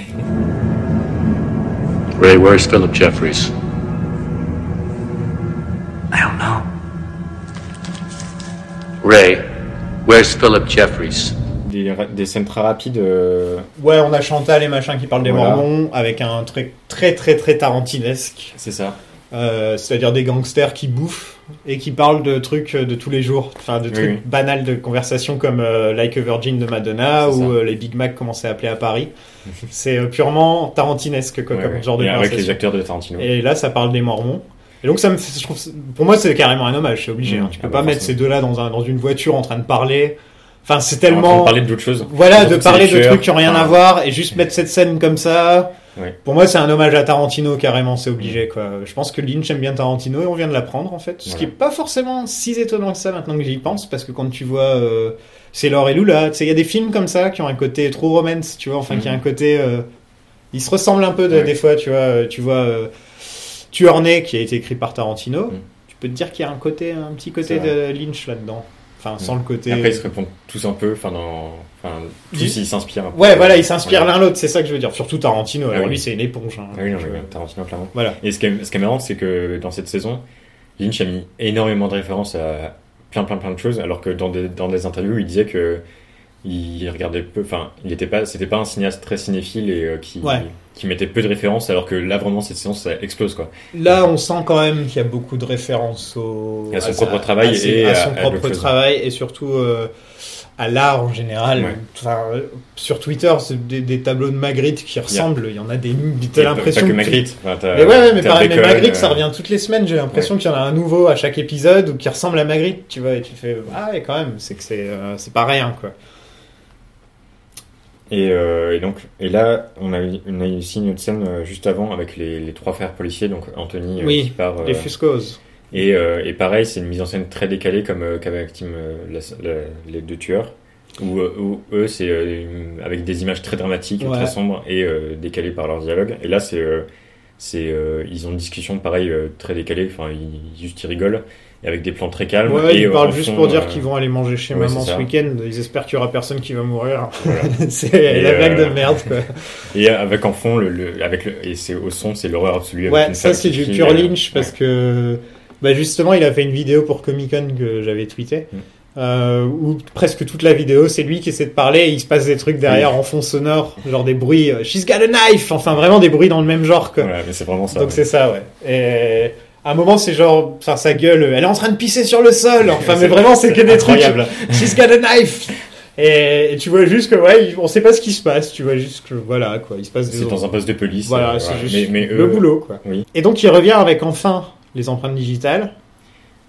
[SPEAKER 3] Ray, where's Philip Jeffries?
[SPEAKER 2] I don't know.
[SPEAKER 3] Ray, where's Philip Jeffries?
[SPEAKER 5] Des, ra- des scènes très rapides. euh,
[SPEAKER 4] Ouais, on a Chantal et machin qui parlent des
[SPEAKER 5] Voilà.
[SPEAKER 4] Mormons avec un truc très très très tarantinesque,
[SPEAKER 5] C'est ça.
[SPEAKER 4] Euh, c'est-à-dire des gangsters qui bouffent et qui parlent de trucs de tous les jours, enfin de
[SPEAKER 5] Oui,
[SPEAKER 4] trucs
[SPEAKER 5] oui.
[SPEAKER 4] banals de conversation comme euh, Like a Virgin de Madonna
[SPEAKER 5] C'est
[SPEAKER 4] ou
[SPEAKER 5] ça.
[SPEAKER 4] euh, les Big Mac comment c'est appelé à Paris. c'est euh, purement tarantinesque quoi,
[SPEAKER 5] Ouais,
[SPEAKER 4] comme
[SPEAKER 5] ouais.
[SPEAKER 4] genre de
[SPEAKER 5] Et avec les
[SPEAKER 4] conversation.
[SPEAKER 5] acteurs de Tarantino.
[SPEAKER 4] Et là, ça parle des Mormons. Et donc ça me, fait- je trouve, pour moi, c'est carrément un hommage, c'est obligé. hein.
[SPEAKER 5] Mmh.
[SPEAKER 4] Tu
[SPEAKER 5] Ah
[SPEAKER 4] peux
[SPEAKER 5] bah,
[SPEAKER 4] pas mettre ces
[SPEAKER 5] forcément.
[SPEAKER 4] deux-là dans un dans une voiture en train de parler. Enfin, c'est
[SPEAKER 5] On va
[SPEAKER 4] tellement.
[SPEAKER 5] parler d'autre chose.
[SPEAKER 4] Voilà,
[SPEAKER 5] Surtout
[SPEAKER 4] de
[SPEAKER 5] que c'est
[SPEAKER 4] parler
[SPEAKER 5] des
[SPEAKER 4] de
[SPEAKER 5] tueurs.
[SPEAKER 4] trucs qui n'ont rien
[SPEAKER 5] Enfin,
[SPEAKER 4] à voir et juste mettre cette scène comme ça.
[SPEAKER 5] Ouais.
[SPEAKER 4] Pour moi, c'est un hommage à Tarantino carrément, c'est obligé quoi. Je pense que Lynch aime bien Tarantino et on vient de l'apprendre en fait. Ce qui est
[SPEAKER 5] Voilà.
[SPEAKER 4] pas forcément si étonnant que ça maintenant que j'y pense, parce que quand tu vois euh, Sailor et Lula, tu sais, il y a des films comme ça qui ont un côté trop romance, tu vois, enfin qui a un côté. euh, ils se ressemblent un peu de-
[SPEAKER 5] Mhm. Ouais.
[SPEAKER 4] des fois, tu vois. euh, Tu vois, euh, Tueur né qui a été écrit par Tarantino.
[SPEAKER 5] Mm.
[SPEAKER 4] Tu peux te dire qu'il y a un côté, un petit côté
[SPEAKER 5] C'est vrai.
[SPEAKER 4] de Lynch là-dedans. Enfin, sans le côté.
[SPEAKER 5] Après, ils se répondent tous un peu. Enfin, dans... enfin tous,
[SPEAKER 4] Ils-
[SPEAKER 5] ils s'inspirent. un peu.
[SPEAKER 4] Ouais, voilà, ils s'inspirent
[SPEAKER 5] Voilà.
[SPEAKER 4] l'un l'autre, c'est ça que je veux dire. Surtout Tarantino, alors
[SPEAKER 5] Ah oui.
[SPEAKER 4] lui, c'est une éponge. hein.
[SPEAKER 5] Ah oui, non, mais Tarantino, clairement.
[SPEAKER 4] Voilà.
[SPEAKER 5] Et ce qui est, ce qui est marrant, c'est que dans cette saison, Lynch a mis énormément de références à plein, plein, plein de choses, alors que dans des, dans des interviews, il disait que il regardait peu, enfin, il était pas, c'était pas un cinéaste très cinéphile et euh, qui,
[SPEAKER 4] Ouais.
[SPEAKER 5] qui mettait peu de références, alors que là, vraiment, cette saison, ça explose, quoi.
[SPEAKER 4] Là, on sent quand même qu'il y a beaucoup de références au...
[SPEAKER 5] À son propre travail
[SPEAKER 4] à ses-
[SPEAKER 5] et
[SPEAKER 4] à
[SPEAKER 5] à-
[SPEAKER 4] son
[SPEAKER 5] à
[SPEAKER 4] propre
[SPEAKER 5] d'autres choses.
[SPEAKER 4] travail et surtout euh, à l'art en général.
[SPEAKER 5] Ouais.
[SPEAKER 4] Enfin, euh, sur Twitter, c'est des, des tableaux de Magritte qui ressemblent. Il y en a des. T'as
[SPEAKER 5] Et
[SPEAKER 4] l'impression
[SPEAKER 5] Pas que
[SPEAKER 4] tu-
[SPEAKER 5] Magritte. Enfin, t'as-
[SPEAKER 4] Mais ouais, ouais, mais
[SPEAKER 5] t'as
[SPEAKER 4] pareil, mais
[SPEAKER 5] Bacon,
[SPEAKER 4] Magritte, ça
[SPEAKER 5] euh,
[SPEAKER 4] revient toutes les semaines. J'ai l'impression qu'il y en a un nouveau à chaque épisode ou qui ressemble à Magritte, tu vois. Et tu fais, ah ouais, quand même, c'est que c'est euh, c'est pas rien, quoi.
[SPEAKER 5] Et, euh, et donc, et là, on a, eu- on a eu aussi une autre scène euh, juste avant avec les, les trois frères policiers, donc Anthony euh,
[SPEAKER 4] Oui,
[SPEAKER 5] qui part. euh,
[SPEAKER 4] Les Fuscos.
[SPEAKER 5] et, euh, et pareil, c'est une mise en scène très décalée comme euh, qu'avait Actim euh, la- la- les deux tueurs, où, euh, où eux, c'est euh, une- avec des images très dramatiques,
[SPEAKER 4] Ouais.
[SPEAKER 5] très sombres et euh, décalées par leur dialogue. Et là, c'est euh, c'est euh, ils ont une discussion pareil euh, très décalée, enfin ils, juste ils rigolent, et avec des plans très calmes.
[SPEAKER 4] Ouais,
[SPEAKER 5] et,
[SPEAKER 4] ils
[SPEAKER 5] euh,
[SPEAKER 4] parlent
[SPEAKER 5] en
[SPEAKER 4] juste
[SPEAKER 5] fond,
[SPEAKER 4] pour dire
[SPEAKER 5] euh,
[SPEAKER 4] qu'ils vont aller manger chez
[SPEAKER 5] ouais,
[SPEAKER 4] maman
[SPEAKER 5] c'est
[SPEAKER 4] ce
[SPEAKER 5] ça.
[SPEAKER 4] week-end. Ils espèrent qu'il y aura personne qui va mourir.
[SPEAKER 5] Voilà.
[SPEAKER 4] c'est
[SPEAKER 5] Et
[SPEAKER 4] la blague de
[SPEAKER 5] euh,
[SPEAKER 4] merde, quoi.
[SPEAKER 5] Et avec en fond, le, le- avec le, et c'est au son, c'est l'horreur absolue. avec
[SPEAKER 4] Ouais,
[SPEAKER 5] une
[SPEAKER 4] ça
[SPEAKER 5] femme
[SPEAKER 4] c'est
[SPEAKER 5] qui
[SPEAKER 4] du
[SPEAKER 5] crie,
[SPEAKER 4] pur
[SPEAKER 5] euh,
[SPEAKER 4] lynch parce
[SPEAKER 5] ouais.
[SPEAKER 4] que bah justement il a fait une vidéo pour Comic Con que j'avais tweeté
[SPEAKER 5] Mm.
[SPEAKER 4] euh, où presque toute la vidéo c'est lui qui essaie de parler et il se passe des trucs derrière en fond sonore, genre des bruits euh, She's got a knife, enfin vraiment des bruits dans le même genre quoi.
[SPEAKER 5] Voilà, mais c'est vraiment ça.
[SPEAKER 4] Donc
[SPEAKER 5] ouais.
[SPEAKER 4] c'est ça ouais. Et à un moment c'est genre enfin sa gueule, elle est en train de pisser sur le sol, enfin mais
[SPEAKER 5] C'est-
[SPEAKER 4] vraiment c'est que des trucs
[SPEAKER 5] incroyable.
[SPEAKER 4] She's got a knife. Et, et tu vois juste que ouais, il- on sait pas ce qui se passe, tu vois juste que voilà quoi, il se passe des
[SPEAKER 5] C'est dans un poste de police.
[SPEAKER 4] voilà,
[SPEAKER 5] euh,
[SPEAKER 4] c'est juste
[SPEAKER 5] mais, mais
[SPEAKER 4] le
[SPEAKER 5] eux-
[SPEAKER 4] boulot, quoi.
[SPEAKER 5] oui.
[SPEAKER 4] Et donc, il revient avec enfin les empreintes digitales.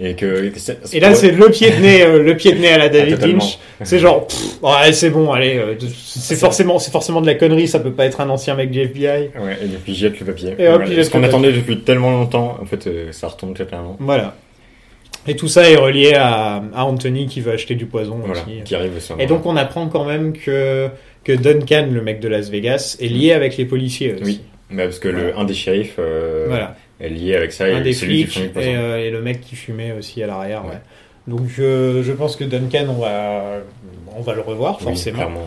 [SPEAKER 5] Et, que, et que c'est-
[SPEAKER 4] Et là, c'est le pied de nez, euh, le pied de nez à la David
[SPEAKER 5] Ah, totalement.
[SPEAKER 4] Lynch. C'est genre, pff, ouais, c'est bon, allez, euh, c'est forcément, c'est forcément de la connerie, ça peut pas être un ancien mec du FBI.
[SPEAKER 5] Ouais, et puis jette le papier.
[SPEAKER 4] Et hop, il jette
[SPEAKER 5] ce qu'on
[SPEAKER 4] le
[SPEAKER 5] attendait depuis tellement longtemps, en fait, euh, ça retombe totalement.
[SPEAKER 4] Voilà. Et tout ça est relié à, à Anthony qui veut acheter du poison
[SPEAKER 5] Voilà,
[SPEAKER 4] aussi. euh.
[SPEAKER 5] qui arrive sur
[SPEAKER 4] Et donc, on apprend quand même que, que Duncan, le mec de Las Vegas, est lié avec les policiers aussi.
[SPEAKER 5] Oui. Mais parce que le, un des shérifs euh,
[SPEAKER 4] Voilà.
[SPEAKER 5] est lié avec ça.
[SPEAKER 4] un
[SPEAKER 5] et
[SPEAKER 4] des
[SPEAKER 5] celui qui
[SPEAKER 4] flics
[SPEAKER 5] fournit le poison.
[SPEAKER 4] et, euh, et le mec qui fumait aussi à l'arrière.
[SPEAKER 5] Ouais.
[SPEAKER 4] ouais. Donc je, je pense que Duncan, on va, on va le revoir
[SPEAKER 5] Oui,
[SPEAKER 4] euh, forcément.
[SPEAKER 5] clairement, ouais.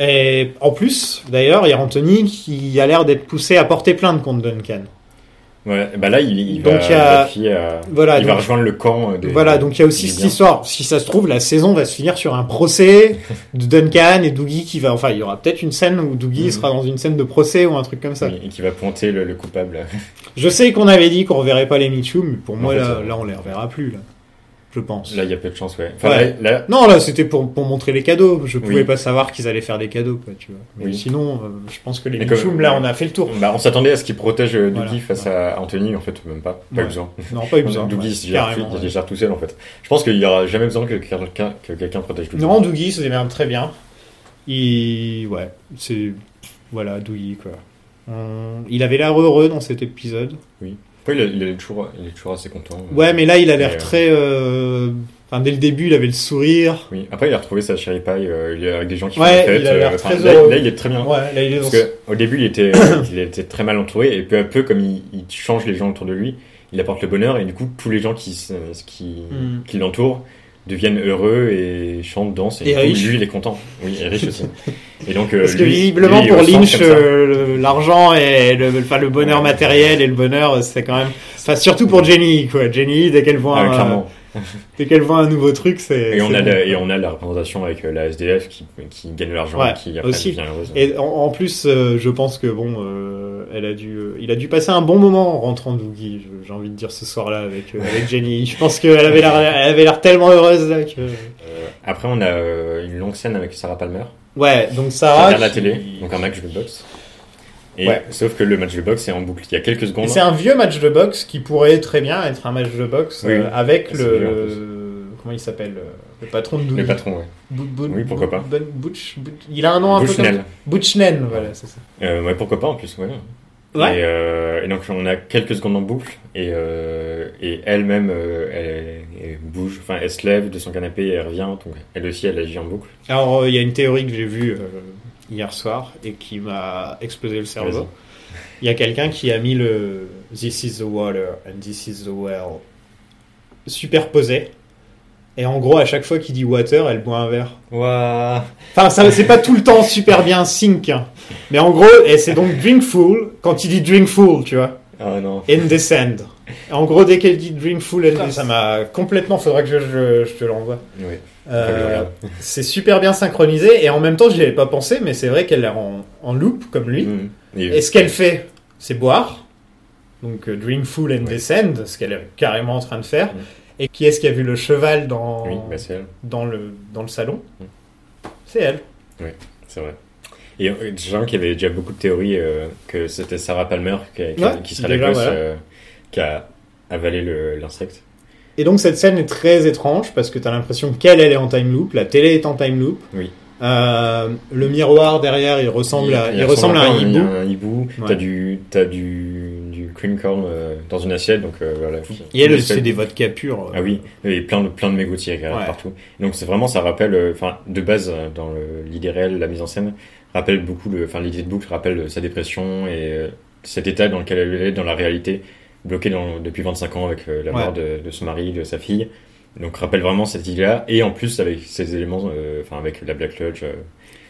[SPEAKER 4] et en plus, d'ailleurs, il y a Anthony qui a l'air d'être poussé à porter plainte contre Duncan.
[SPEAKER 5] Ouais, bah là, il, il
[SPEAKER 4] Donc,
[SPEAKER 5] va,
[SPEAKER 4] il y a-
[SPEAKER 5] il va fier à-
[SPEAKER 4] Voilà,
[SPEAKER 5] il va
[SPEAKER 4] donc-
[SPEAKER 5] rejoindre le camp. euh, Des,
[SPEAKER 4] voilà, donc il y a aussi
[SPEAKER 5] des
[SPEAKER 4] cette
[SPEAKER 5] biens.
[SPEAKER 4] histoire. Si ça se trouve, la saison va se finir sur un procès de Duncan et Doogie qui va... Enfin, il y aura peut-être une scène où Doogie
[SPEAKER 5] Mhm.
[SPEAKER 4] sera dans une scène de procès ou un truc comme ça.
[SPEAKER 5] Oui, Et qui va pointer le, le coupable.
[SPEAKER 4] Je sais qu'on avait dit qu'on reverrait pas les Michou, mais pour moi,
[SPEAKER 5] fait,
[SPEAKER 4] là,
[SPEAKER 5] ça-
[SPEAKER 4] là, on les reverra plus. Là. je pense.
[SPEAKER 5] Là, il y a peu de chance, ouais. Enfin,
[SPEAKER 4] Ouais.
[SPEAKER 5] là, là-
[SPEAKER 4] Non, là, c'était pour, pour montrer les cadeaux. Je pouvais
[SPEAKER 5] Oui.
[SPEAKER 4] pas savoir qu'ils allaient faire des cadeaux, quoi, tu vois. Mais
[SPEAKER 5] Oui.
[SPEAKER 4] sinon, euh, je pense que les
[SPEAKER 5] Et comme-
[SPEAKER 4] Mitchum, là, on a fait le tour.
[SPEAKER 5] bah, on s'attendait à ce qu'il protège euh, Dougie
[SPEAKER 4] Voilà.
[SPEAKER 5] face à Anthony, en fait, même pas. Pas
[SPEAKER 4] Ouais.
[SPEAKER 5] besoin.
[SPEAKER 4] Non, pas eu besoin.
[SPEAKER 5] Dougie,
[SPEAKER 4] ouais,
[SPEAKER 5] il, se gère,
[SPEAKER 4] carrément,
[SPEAKER 5] il se
[SPEAKER 4] ouais.
[SPEAKER 5] gère tout seul, en fait. Je pense qu'il y aura jamais besoin que quelqu'un que quelqu'un protège Dougie.
[SPEAKER 4] Non, Dougie se démerde très bien. Il... Ouais, c'est... Voilà, Dougie, quoi. On- Il avait l'air heureux dans cet épisode.
[SPEAKER 5] Après, il, est- il est toujours, il est toujours assez content.
[SPEAKER 4] Ouais, mais là, il a l'air
[SPEAKER 5] Et, euh,
[SPEAKER 4] très... euh, Enfin, dès le début, il avait le sourire.
[SPEAKER 5] Oui. Après, il a retrouvé sa chérie paille euh, il est avec des gens qui
[SPEAKER 4] Ouais,
[SPEAKER 5] font la fête.
[SPEAKER 4] il a l'air
[SPEAKER 5] enfin,
[SPEAKER 4] très
[SPEAKER 5] là,
[SPEAKER 4] heureux.
[SPEAKER 5] là, il est très bien.
[SPEAKER 4] Ouais, là, il est dans...
[SPEAKER 5] Parce qu'au début, il était, il était très mal entouré, et peu à peu, comme il, il change les gens autour de lui, il apporte le bonheur, et du coup, tous les gens qui, se- qui,
[SPEAKER 4] Mm.
[SPEAKER 5] qui l'entourent deviennent heureux et chantent, dansent, et,
[SPEAKER 4] Et
[SPEAKER 5] du coup,
[SPEAKER 4] riche.
[SPEAKER 5] lui, il est content. Oui, et riche aussi. Et donc, euh,
[SPEAKER 4] Parce que
[SPEAKER 5] lui-
[SPEAKER 4] visiblement,
[SPEAKER 5] lui, il
[SPEAKER 4] pour
[SPEAKER 5] ressent
[SPEAKER 4] Lynch,
[SPEAKER 5] comme ça.
[SPEAKER 4] euh, le- l'argent et le, enfin, le bonheur
[SPEAKER 5] Ouais.
[SPEAKER 4] matériel et le bonheur, c'est quand même... Enfin, surtout pour Jenny, quoi. Jenny, dès qu'elle voit,
[SPEAKER 5] Ah,
[SPEAKER 4] un-
[SPEAKER 5] clairement.
[SPEAKER 4] dès qu'elle voit un nouveau truc, c'est...
[SPEAKER 5] Et on,
[SPEAKER 4] euh, c'est
[SPEAKER 5] a
[SPEAKER 4] bon.
[SPEAKER 5] la, et on a la représentation avec euh, la SDF qui, qui gagne de l'argent
[SPEAKER 4] Ouais,
[SPEAKER 5] et qui après
[SPEAKER 4] aussi.
[SPEAKER 5] devient heureuse.
[SPEAKER 4] Et en, en plus, euh, je pense que bon, euh, elle a dû, euh, il a dû passer un bon moment en rentrant de Dougie. je- J'ai envie de dire ce soir-là avec euh, avec Jenny. Je pense qu'elle avait l'air, elle avait l'air tellement heureuse là que.
[SPEAKER 5] Euh, après, on a euh, une longue scène avec Sarah Palmer.
[SPEAKER 4] Ouais, donc
[SPEAKER 5] qui
[SPEAKER 4] Sarah.
[SPEAKER 5] regarde la
[SPEAKER 4] Ah, qui-
[SPEAKER 5] télé, donc un match de boxe. Et
[SPEAKER 4] Ouais.
[SPEAKER 5] Sauf que le match de boxe est en boucle. Il y a quelques
[SPEAKER 4] Et
[SPEAKER 5] secondes.
[SPEAKER 4] c'est un vieux match de boxe qui pourrait très bien être un match de boxe
[SPEAKER 5] Oui,
[SPEAKER 4] euh,
[SPEAKER 5] oui.
[SPEAKER 4] avec
[SPEAKER 5] C'est
[SPEAKER 4] le,
[SPEAKER 5] vieux, en
[SPEAKER 4] comment il s'appelle euh, le patron de Dougie.
[SPEAKER 5] Le patron, ouais.
[SPEAKER 4] Bou- bou-
[SPEAKER 5] Oui, pourquoi
[SPEAKER 4] bou-
[SPEAKER 5] pas.
[SPEAKER 4] bou- Butch- Butch- il a un nom un peu
[SPEAKER 5] Bushnell.
[SPEAKER 4] comme Butchnen, voilà, c'est ça.
[SPEAKER 5] Euh, ouais, pourquoi pas en plus, ouais.
[SPEAKER 4] Ouais.
[SPEAKER 5] Et, euh, et donc on a quelques secondes en boucle et, euh, et elle-même euh, elle, elle bouge, enfin elle se lève de son canapé et elle revient, donc elle aussi elle agit en boucle.
[SPEAKER 4] Alors, euh, il y a une théorie que j'ai vue euh, hier soir et qui m'a explosé le cerveau. Il y a quelqu'un qui a mis le This is the water and this is the well superposé. Et en gros, à chaque fois qu'il dit water, elle boit un verre.
[SPEAKER 5] Waouh
[SPEAKER 4] Enfin, ça, c'est pas tout le temps super bien sync. hein. Mais en gros, et c'est donc drinkful quand il dit drinkful, tu vois.
[SPEAKER 5] Ah non.
[SPEAKER 4] And descend. Et en gros, dès qu'elle dit drinkful, elle descend. Ça m'a complètement, faudra que je, je- je te l'envoie.
[SPEAKER 5] Oui.
[SPEAKER 4] Euh, c'est super bien synchronisé et en même temps, j'y avais pas pensé, mais c'est vrai qu'elle est en, en loop comme lui.
[SPEAKER 5] Mm. Et-
[SPEAKER 4] Et ce qu'elle fait, c'est boire. Donc euh, Dream Full and Descend, ce qu'elle est carrément en train de faire.
[SPEAKER 5] Mm.
[SPEAKER 4] Et qui est-ce qui a vu le cheval dans,
[SPEAKER 5] Oui, bah c'est elle,
[SPEAKER 4] dans, le, dans le salon
[SPEAKER 5] Mm.
[SPEAKER 4] C'est elle.
[SPEAKER 5] c'est vrai. Et euh, des gens qui avaient déjà beaucoup de théories euh, que c'était Sarah Palmer qui, qui,
[SPEAKER 4] Ouais,
[SPEAKER 5] qui serait
[SPEAKER 4] déjà,
[SPEAKER 5] la gosse
[SPEAKER 4] voilà.
[SPEAKER 5] euh, qui a avalé le- l'insecte.
[SPEAKER 4] Et donc cette scène est très étrange parce que t'as l'impression qu'elle, elle est en time loop, la télé est en time loop.
[SPEAKER 5] Oui.
[SPEAKER 4] Euh, le miroir derrière, il ressemble à, il ressemble à un
[SPEAKER 5] peu
[SPEAKER 4] hibou.
[SPEAKER 5] Un hibou.
[SPEAKER 4] Ouais.
[SPEAKER 5] T'as du, t'as du, du cream corn euh, dans une assiette, donc euh, voilà.
[SPEAKER 4] Et elle,
[SPEAKER 5] Espèce-
[SPEAKER 4] c'est des vodka euh. purs.
[SPEAKER 5] Ah oui, et plein de plein de mégots de cigarettes
[SPEAKER 4] Ouais.
[SPEAKER 5] partout. Donc c'est vraiment ça rappelle, euh, enfin de base euh, dans le- l'idée réelle, la mise en scène rappelle beaucoup le, enfin l'idée de boucle rappelle euh, sa dépression et euh, cet état dans lequel elle est dans la réalité, bloquée dans- depuis 25 ans avec euh, la
[SPEAKER 4] Ouais.
[SPEAKER 5] mort de, de son mari, de sa fille. Donc rappelle vraiment cette idée-là et en plus avec ces éléments, euh, enfin avec la Black Lodge. euh,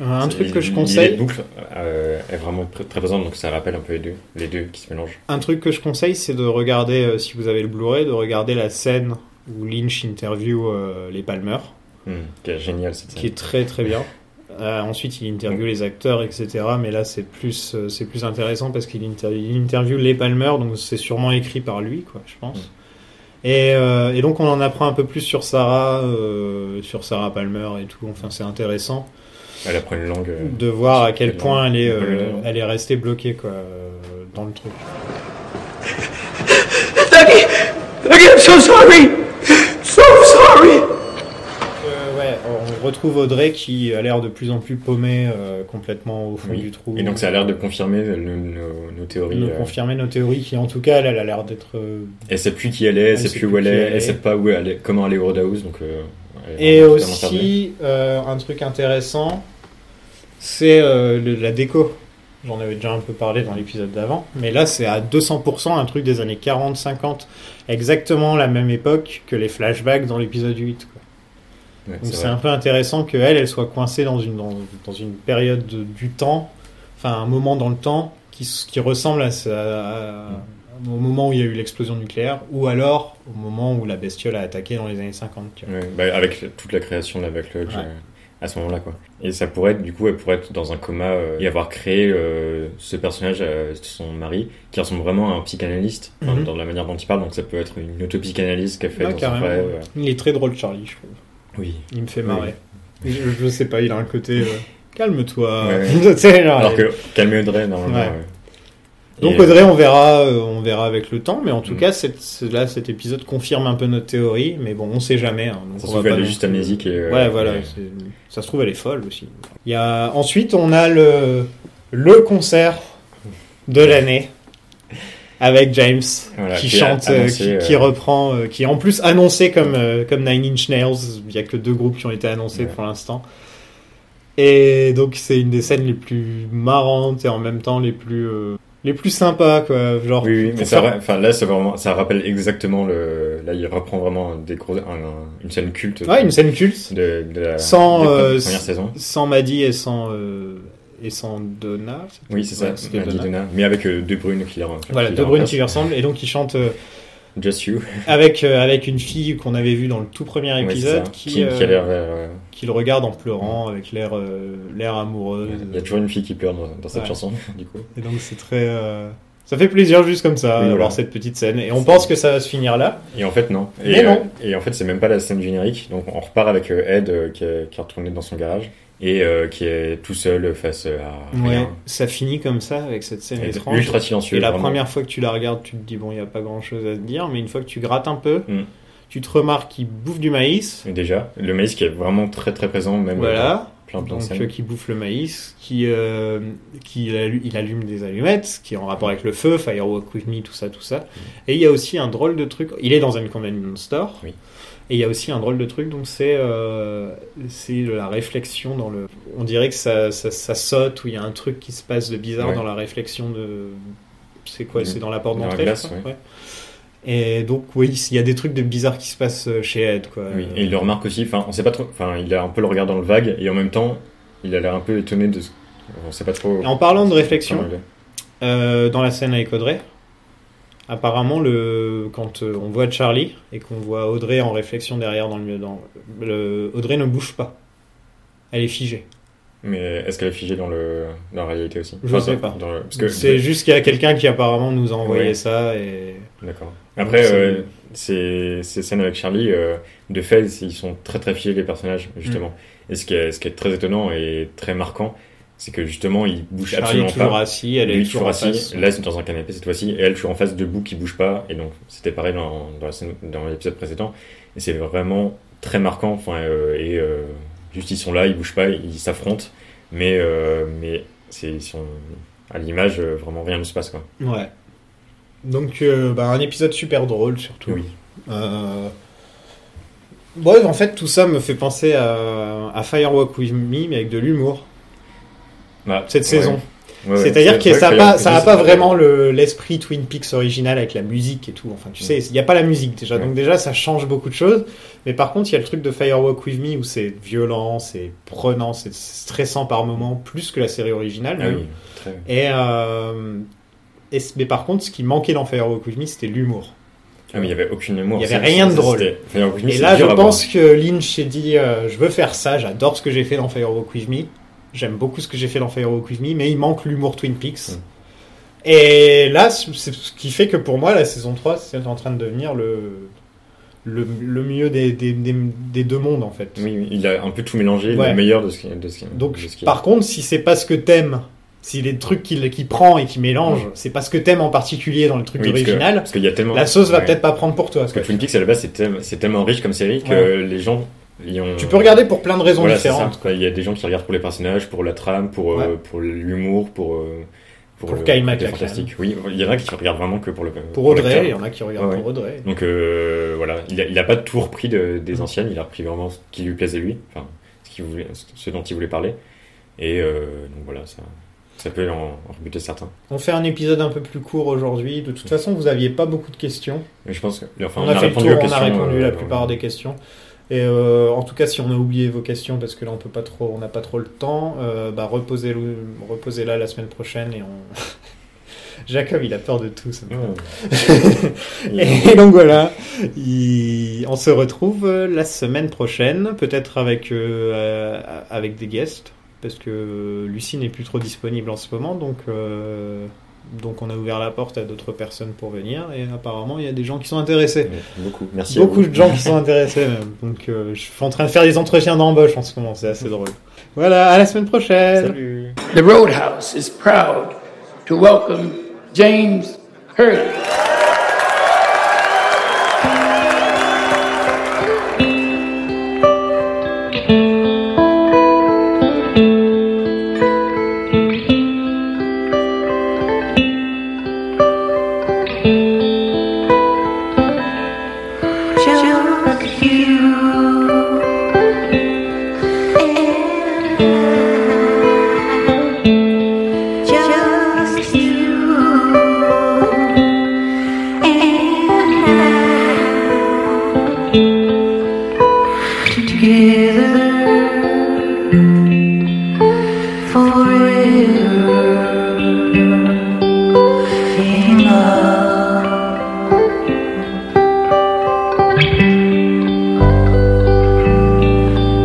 [SPEAKER 4] Un truc que je
[SPEAKER 5] L'idée
[SPEAKER 4] conseille,
[SPEAKER 5] de boucle euh, est vraiment pr- très présente, donc ça rappelle un peu les deux, les deux qui se mélangent.
[SPEAKER 4] Un truc que je conseille, c'est de regarder, euh, si vous avez le Blu-ray, de regarder la scène où Lynch interview euh, les Palmer,
[SPEAKER 5] Hmm, qui est génial cette scène.
[SPEAKER 4] qui est très très bien. Euh, ensuite, il interview les acteurs, etc. Mais là, c'est plus, euh, c'est plus intéressant parce qu'il inter- il interview les Palmer, donc c'est sûrement écrit par lui, quoi, je
[SPEAKER 5] Mm.
[SPEAKER 4] pense. Et, euh, et donc, on en apprend un peu plus sur Sarah, euh, sur Sarah Palmer et tout. Enfin, c'est intéressant
[SPEAKER 5] Elle apprend une langue. euh,
[SPEAKER 4] de voir à quel
[SPEAKER 5] c'est Mm.
[SPEAKER 4] point elle est,
[SPEAKER 5] on peut le
[SPEAKER 4] euh,
[SPEAKER 5] dire.
[SPEAKER 4] elle est restée bloquée, quoi, euh, dans le truc.
[SPEAKER 2] Dougie! Dougie, I'm so sorry! So sorry!
[SPEAKER 4] Euh, ouais, on retrouve Audrey qui a l'air de plus en plus paumée, euh, complètement au fond
[SPEAKER 5] oui.
[SPEAKER 4] du trou.
[SPEAKER 5] Et donc ça a l'air de confirmer euh, nos, nos- nos théories.
[SPEAKER 4] nous
[SPEAKER 5] euh.
[SPEAKER 4] confirmer nos théories qui, en tout cas, elle, elle a l'air d'être. euh,
[SPEAKER 5] Elle sait plus qui elle
[SPEAKER 4] Ah
[SPEAKER 5] est, elle sait plus où elle
[SPEAKER 4] qui
[SPEAKER 5] est,
[SPEAKER 4] elle est.
[SPEAKER 5] elle sait pas où elle est, comment aller au Roadhouse. Donc, euh, elle est
[SPEAKER 4] Et
[SPEAKER 5] vraiment totalement perdue.
[SPEAKER 4] aussi, euh, un truc intéressant, c'est euh, le- la déco. J'en avais déjà un peu parlé dans l'épisode d'avant, mais là c'est à 200% un truc des années 40-50, exactement la même époque que les flashbacks dans l'épisode 8. quoi.
[SPEAKER 5] Ouais,
[SPEAKER 4] Donc
[SPEAKER 5] c'est
[SPEAKER 4] c'est
[SPEAKER 5] vrai.
[SPEAKER 4] un peu intéressant qu'elle, elle soit coincée dans une, dans, dans une période de- du temps, enfin un moment dans le temps qui, s- qui ressemble à, sa- à- au moment où il y a eu l'explosion nucléaire, ou alors au moment où la bestiole a attaqué dans les années 50. tu vois.
[SPEAKER 5] Ouais, bah, avec toute la création de la Black Lodge,
[SPEAKER 4] Ouais.
[SPEAKER 5] euh, à ce moment-là, quoi. Et ça pourrait être, du coup, elle pourrait être dans un coma euh, et avoir créé euh, ce personnage, euh, son mari, qui ressemble vraiment à un psychanalyste enfin,
[SPEAKER 4] Mhm.
[SPEAKER 5] dans la manière dont il parle. Donc ça peut être une autopsychanalyse qu'elle fait
[SPEAKER 4] Ouais,
[SPEAKER 5] dans son
[SPEAKER 4] carrément.
[SPEAKER 5] rêve. euh.
[SPEAKER 4] Il est très drôle, Charlie, je trouve.
[SPEAKER 5] Oui.
[SPEAKER 4] Il me fait marrer. Je, je sais pas, il a un côté. euh, Calme-toi.
[SPEAKER 5] Ouais.
[SPEAKER 4] Tu sais, genre,
[SPEAKER 5] Alors que calmer Audrey, normalement.
[SPEAKER 4] Ah, Ouais.
[SPEAKER 5] ouais.
[SPEAKER 4] Donc
[SPEAKER 5] Et,
[SPEAKER 4] Audrey, on verra, euh, on verra avec le temps, mais en tout
[SPEAKER 5] Mm.
[SPEAKER 4] cas, cette- ce- là, cet épisode confirme un peu notre théorie, mais bon, on sait jamais. hein, donc on
[SPEAKER 5] Ça se
[SPEAKER 4] va
[SPEAKER 5] trouve,
[SPEAKER 4] pas
[SPEAKER 5] elle est
[SPEAKER 4] non
[SPEAKER 5] juste
[SPEAKER 4] plus-
[SPEAKER 5] amnésique. Et, euh,
[SPEAKER 4] Ouais, voilà.
[SPEAKER 5] et-
[SPEAKER 4] c'est- Ça se trouve, elle est folle aussi. Il y a... Ensuite, on a le, le concert de l'année avec James
[SPEAKER 5] Voilà,
[SPEAKER 4] qui,
[SPEAKER 5] qui a
[SPEAKER 4] chante, euh,
[SPEAKER 5] annoncé,
[SPEAKER 4] qui,
[SPEAKER 5] euh,
[SPEAKER 4] qui reprend, euh, qui est en plus annoncé comme, euh, comme Nine Inch Nails. Il n'y a que deux groupes qui ont été annoncés
[SPEAKER 5] Ouais.
[SPEAKER 4] pour l'instant. Et donc, c'est une des scènes les plus marrantes et en même temps les plus, euh, les plus sympas. Quoi. Genre,
[SPEAKER 5] Oui, oui, mais
[SPEAKER 4] pour
[SPEAKER 5] ça,
[SPEAKER 4] faire-
[SPEAKER 5] ra- enfin, là, ça, vraiment, ça rappelle exactement le. Là, il reprend vraiment des gros, un- un- une scène culte.
[SPEAKER 4] Ouais, une scène culte.
[SPEAKER 5] de, de la
[SPEAKER 4] Sans,
[SPEAKER 5] des pre-
[SPEAKER 4] euh,
[SPEAKER 5] première
[SPEAKER 4] s-
[SPEAKER 5] saison.
[SPEAKER 4] Sans Maddy et sans, euh, et sans Donna. c'était-
[SPEAKER 5] Oui, c'est
[SPEAKER 4] Ouais,
[SPEAKER 5] ça,
[SPEAKER 4] c'était
[SPEAKER 5] Maggie
[SPEAKER 4] Donna.
[SPEAKER 5] Donna. Mais avec euh, De Bruyne qui la remplace.
[SPEAKER 4] Voilà, De Bruyne qui lui ressemble, et donc il chante euh,
[SPEAKER 5] Just You.
[SPEAKER 4] avec, euh, avec une fille qu'on avait vue dans le tout premier
[SPEAKER 5] Ouais, c'est
[SPEAKER 4] épisode
[SPEAKER 5] ça.
[SPEAKER 4] qui,
[SPEAKER 5] qui,
[SPEAKER 4] euh,
[SPEAKER 5] qui a l'air. euh,
[SPEAKER 4] qui le regarde en pleurant avec l'air euh, l'air amoureux.
[SPEAKER 5] Il y a toujours une fille qui pleure dans, dans cette
[SPEAKER 4] Ouais.
[SPEAKER 5] chanson, du coup.
[SPEAKER 4] Et donc c'est très. euh, Ça fait plaisir juste comme ça
[SPEAKER 5] Oui, voilà.
[SPEAKER 4] d'avoir cette petite scène. Et on pense que ça va se finir là.
[SPEAKER 5] Et en fait, non. Et,
[SPEAKER 4] Mais non.
[SPEAKER 5] euh, et en fait, c'est même pas la scène générique. Donc, on repart avec euh, Ed euh, qui, est, qui est retourné dans son garage et euh, qui est tout seul face à
[SPEAKER 4] Ouais,
[SPEAKER 5] rien.
[SPEAKER 4] ça finit comme ça avec cette scène
[SPEAKER 5] Elle est
[SPEAKER 4] étrange.
[SPEAKER 5] ultra silencieux.
[SPEAKER 4] Et la
[SPEAKER 5] vraiment.
[SPEAKER 4] première fois que tu la regardes, tu te dis bon, il n'y a pas grand chose à te dire, mais une fois que tu grattes un peu,
[SPEAKER 5] Mm.
[SPEAKER 4] tu te remarques qu'il bouffe du maïs.
[SPEAKER 5] Et Déjà, le maïs qui est vraiment très très présent, même
[SPEAKER 4] Voilà.
[SPEAKER 5] euh, plein plein de
[SPEAKER 4] Donc,
[SPEAKER 5] scènes.
[SPEAKER 4] euh, qui bouffe le maïs, qui, euh, qui allu- il allume des allumettes, qui est en rapport avec le feu, Firewalk With Me, tout ça, tout
[SPEAKER 5] Mm.
[SPEAKER 4] ça. Et il y a aussi un drôle de truc. Il est dans un convenience store.
[SPEAKER 5] Oui.
[SPEAKER 4] Et il y a aussi un drôle de truc, donc c'est euh, c'est la réflexion dans le. On dirait que ça, ça, ça saute ou il y a un truc qui se passe de bizarre
[SPEAKER 5] Ouais.
[SPEAKER 4] dans la réflexion de. C'est quoi
[SPEAKER 5] Du-
[SPEAKER 4] C'est dans la porte
[SPEAKER 5] dans la
[SPEAKER 4] d'entrée je
[SPEAKER 5] glace,
[SPEAKER 4] crois,
[SPEAKER 5] ouais.
[SPEAKER 4] ouais. Et donc, oui, il y a des trucs de bizarre qui se passent euh, chez Ed, quoi.
[SPEAKER 5] Oui, et il le remarque aussi, enfin, on sait pas trop, enfin, il a un peu le regard dans le vague, et en même temps, il a l'air un peu étonné de ce. On sait pas trop.
[SPEAKER 4] Et en parlant de réflexion,
[SPEAKER 5] Enfin,
[SPEAKER 4] Euh, dans la scène avec Audrey, apparemment, le, quand euh, on voit Charlie et qu'on voit Audrey en réflexion derrière dans le milieu, dans, le- Audrey ne bouge pas. Elle est figée.
[SPEAKER 5] Mais est-ce qu'elle est figée dans, le... dans la réalité aussi
[SPEAKER 4] Je sais
[SPEAKER 5] dans-
[SPEAKER 4] pas.
[SPEAKER 5] dans le- Parce que...
[SPEAKER 4] C'est juste qu'il y a quelqu'un qui apparemment nous a envoyé
[SPEAKER 5] Ouais.
[SPEAKER 4] ça et.
[SPEAKER 5] D'accord. Après,
[SPEAKER 4] c'est-
[SPEAKER 5] euh, ces, ces scènes avec Charlie, euh, de fait, ils sont très très figés les personnages, justement.
[SPEAKER 4] Mm.
[SPEAKER 5] Et ce qui, est, ce qui est très étonnant et très marquant, c'est que justement, ils bougent
[SPEAKER 4] Charlie est
[SPEAKER 5] absolument
[SPEAKER 4] toujours
[SPEAKER 5] pas.
[SPEAKER 4] assis, elle
[SPEAKER 5] Lui
[SPEAKER 4] est toujours
[SPEAKER 5] toujours assis,
[SPEAKER 4] assise.
[SPEAKER 5] là c'est dans un canapé cette fois-ci, et elle toujours en face debout qui bouge pas, et donc c'était pareil dans, dans la scène- dans l'épisode précédent, et c'est vraiment très marquant, enfin, euh, et euh, juste ils sont là, ils bougent pas, ils s'affrontent, mais, euh, mais c'est, ils sont à l'image, euh, vraiment rien ne se passe quoi.
[SPEAKER 4] Ouais. Donc, euh, bah, un épisode super drôle surtout. Euh, Ouais, en fait, tout ça me fait penser à, à Firewalk With Me, mais avec de l'humour,
[SPEAKER 5] Bah,
[SPEAKER 4] cette
[SPEAKER 5] ouais.
[SPEAKER 4] saison.
[SPEAKER 5] Ouais, ouais.
[SPEAKER 4] C'est-à-dire que
[SPEAKER 5] vrai
[SPEAKER 4] ça n'a
[SPEAKER 5] il y a
[SPEAKER 4] pas,
[SPEAKER 5] un
[SPEAKER 4] ça a
[SPEAKER 5] côté-
[SPEAKER 4] pas vraiment le- l'esprit Twin Peaks original avec la musique et tout. Enfin, tu sais, il n'y a pas la musique déjà.
[SPEAKER 5] Ouais.
[SPEAKER 4] Donc déjà, ça change beaucoup de choses. Mais par contre, il y a le truc de Firewalk With Me où c'est violent, c'est prenant, c'est stressant par moments, plus que la série originale.
[SPEAKER 5] Ah
[SPEAKER 4] même.
[SPEAKER 5] oui, très-
[SPEAKER 4] Et, euh, et c- mais par contre, ce qui manquait dans Firewalk With Me, c'était l'humour.
[SPEAKER 5] Ah, mais il y avait aucune humour.
[SPEAKER 4] Il y
[SPEAKER 5] ça,
[SPEAKER 4] avait rien
[SPEAKER 5] ça,
[SPEAKER 4] de
[SPEAKER 5] ça,
[SPEAKER 4] drôle.
[SPEAKER 5] c'était- Enfin, en plus,
[SPEAKER 4] Et
[SPEAKER 5] c'est
[SPEAKER 4] là, je
[SPEAKER 5] dur à voir.
[SPEAKER 4] pense que Lynch s'est dit, euh, je veux faire ça, j'adore ce que j'ai fait dans Firewalk With Me, j'aime beaucoup ce que j'ai fait dans Firewalk With Me, mais il manque l'humour Twin Peaks.
[SPEAKER 5] Mm.
[SPEAKER 4] Et là, c'est ce qui fait que pour moi, la saison 3, c'est en train de devenir le, le, le mieux des, des, des- des deux mondes, en fait.
[SPEAKER 5] Oui, oui, il a un peu tout mélangé,
[SPEAKER 4] Ouais.
[SPEAKER 5] le meilleur de ce qui- de ce qui-
[SPEAKER 4] Donc,
[SPEAKER 5] de ce qui-
[SPEAKER 4] par contre, si c'est pas ce que t'aimes, si les trucs qu'il qu'il prend et qu'il mélange, c'est pas ce que t'aimes en particulier dans le truc
[SPEAKER 5] Mm. Oui, parce que-
[SPEAKER 4] original,
[SPEAKER 5] parce qu'il y a tellement
[SPEAKER 4] la sauce va
[SPEAKER 5] Ouais.
[SPEAKER 4] peut-être pas prendre pour toi.
[SPEAKER 5] Parce que Twin Peaks à la base c'est tel- c'est tellement riche comme série que
[SPEAKER 4] Ouais.
[SPEAKER 5] les gens y ont.
[SPEAKER 4] Tu peux regarder pour plein de raisons
[SPEAKER 5] Voilà, c'est
[SPEAKER 4] différentes.
[SPEAKER 5] ça, quoi. Il y a des gens qui regardent pour les personnages, pour la trame, pour euh, pour l'humour, pour euh,
[SPEAKER 4] Pour
[SPEAKER 5] le
[SPEAKER 4] Kyle
[SPEAKER 5] côté
[SPEAKER 4] MacLachlan.
[SPEAKER 5] fantastique. Oui, il y en a qui regardent vraiment que pour le
[SPEAKER 4] Pour
[SPEAKER 5] le
[SPEAKER 4] Audrey, il y
[SPEAKER 5] l'acteur.
[SPEAKER 4] en a qui regardent
[SPEAKER 5] Ouais,
[SPEAKER 4] pour Audrey.
[SPEAKER 5] Donc euh, voilà, il a, il a pas tout repris de- des anciennes, il a repris vraiment ce qui lui plaisait lui, enfin ce qu'il voulait, ce dont il voulait parler. Et euh, donc voilà, ça ça peut en, en rebuter certains.
[SPEAKER 4] On fait un épisode un peu plus court aujourd'hui. De toute façon, vous n'aviez pas beaucoup de questions.
[SPEAKER 5] Mais je pense que enfin,
[SPEAKER 4] on, a, fait le tour,
[SPEAKER 5] répondu aux
[SPEAKER 4] on a
[SPEAKER 5] questions,
[SPEAKER 4] répondu
[SPEAKER 5] euh,
[SPEAKER 4] la
[SPEAKER 5] dans-
[SPEAKER 4] plupart des questions. Et euh, en tout cas, si on a oublié vos questions, parce que là on peut pas trop, on n'a pas trop le temps, euh, bah reposez-le- reposez-la la semaine prochaine et on, Jacob, il a peur de tout. ça me fait
[SPEAKER 5] Oh. Il-
[SPEAKER 4] Et donc voilà, il- on se retrouve euh, la semaine prochaine, peut-être avec, euh, euh, avec des guests, parce que Lucie n'est plus trop disponible en ce moment, donc, euh, donc on a ouvert la porte à d'autres personnes pour venir, et apparemment il y a des gens qui sont intéressés.
[SPEAKER 5] Beaucoup, merci. à
[SPEAKER 4] Beaucoup
[SPEAKER 5] vous.
[SPEAKER 4] de gens qui sont intéressés même. Donc euh, je suis en train de faire des entretiens d'embauche en ce moment, c'est assez drôle. Voilà, à la semaine prochaine
[SPEAKER 5] Salut.
[SPEAKER 2] The Roadhouse is proud to welcome James Hurley.
[SPEAKER 6] Just you and just you and together forever in love.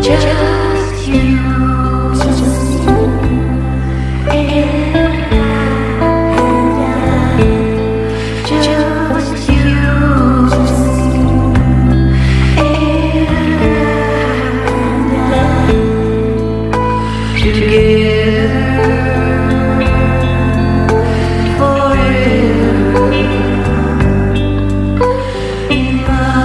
[SPEAKER 6] Just you. Just you. And I. Just you. And I. Together. Forever. In love.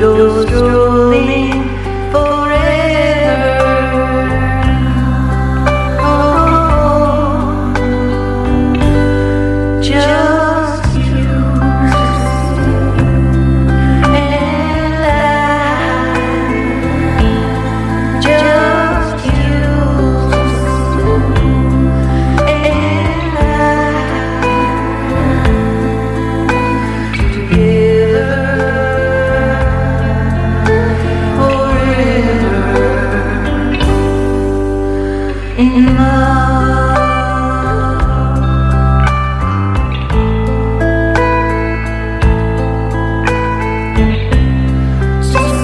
[SPEAKER 6] Go strolling forever. Just you Forever in love.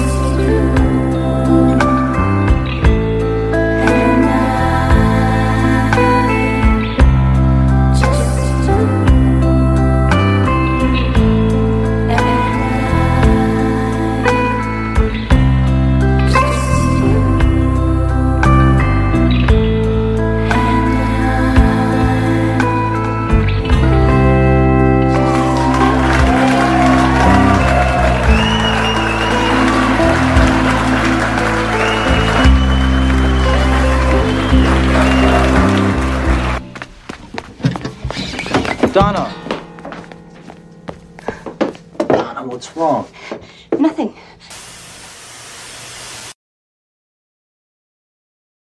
[SPEAKER 6] Just you and I. Just you and I. Just you.
[SPEAKER 7] Donna. Donna, what's wrong?
[SPEAKER 6] Nothing.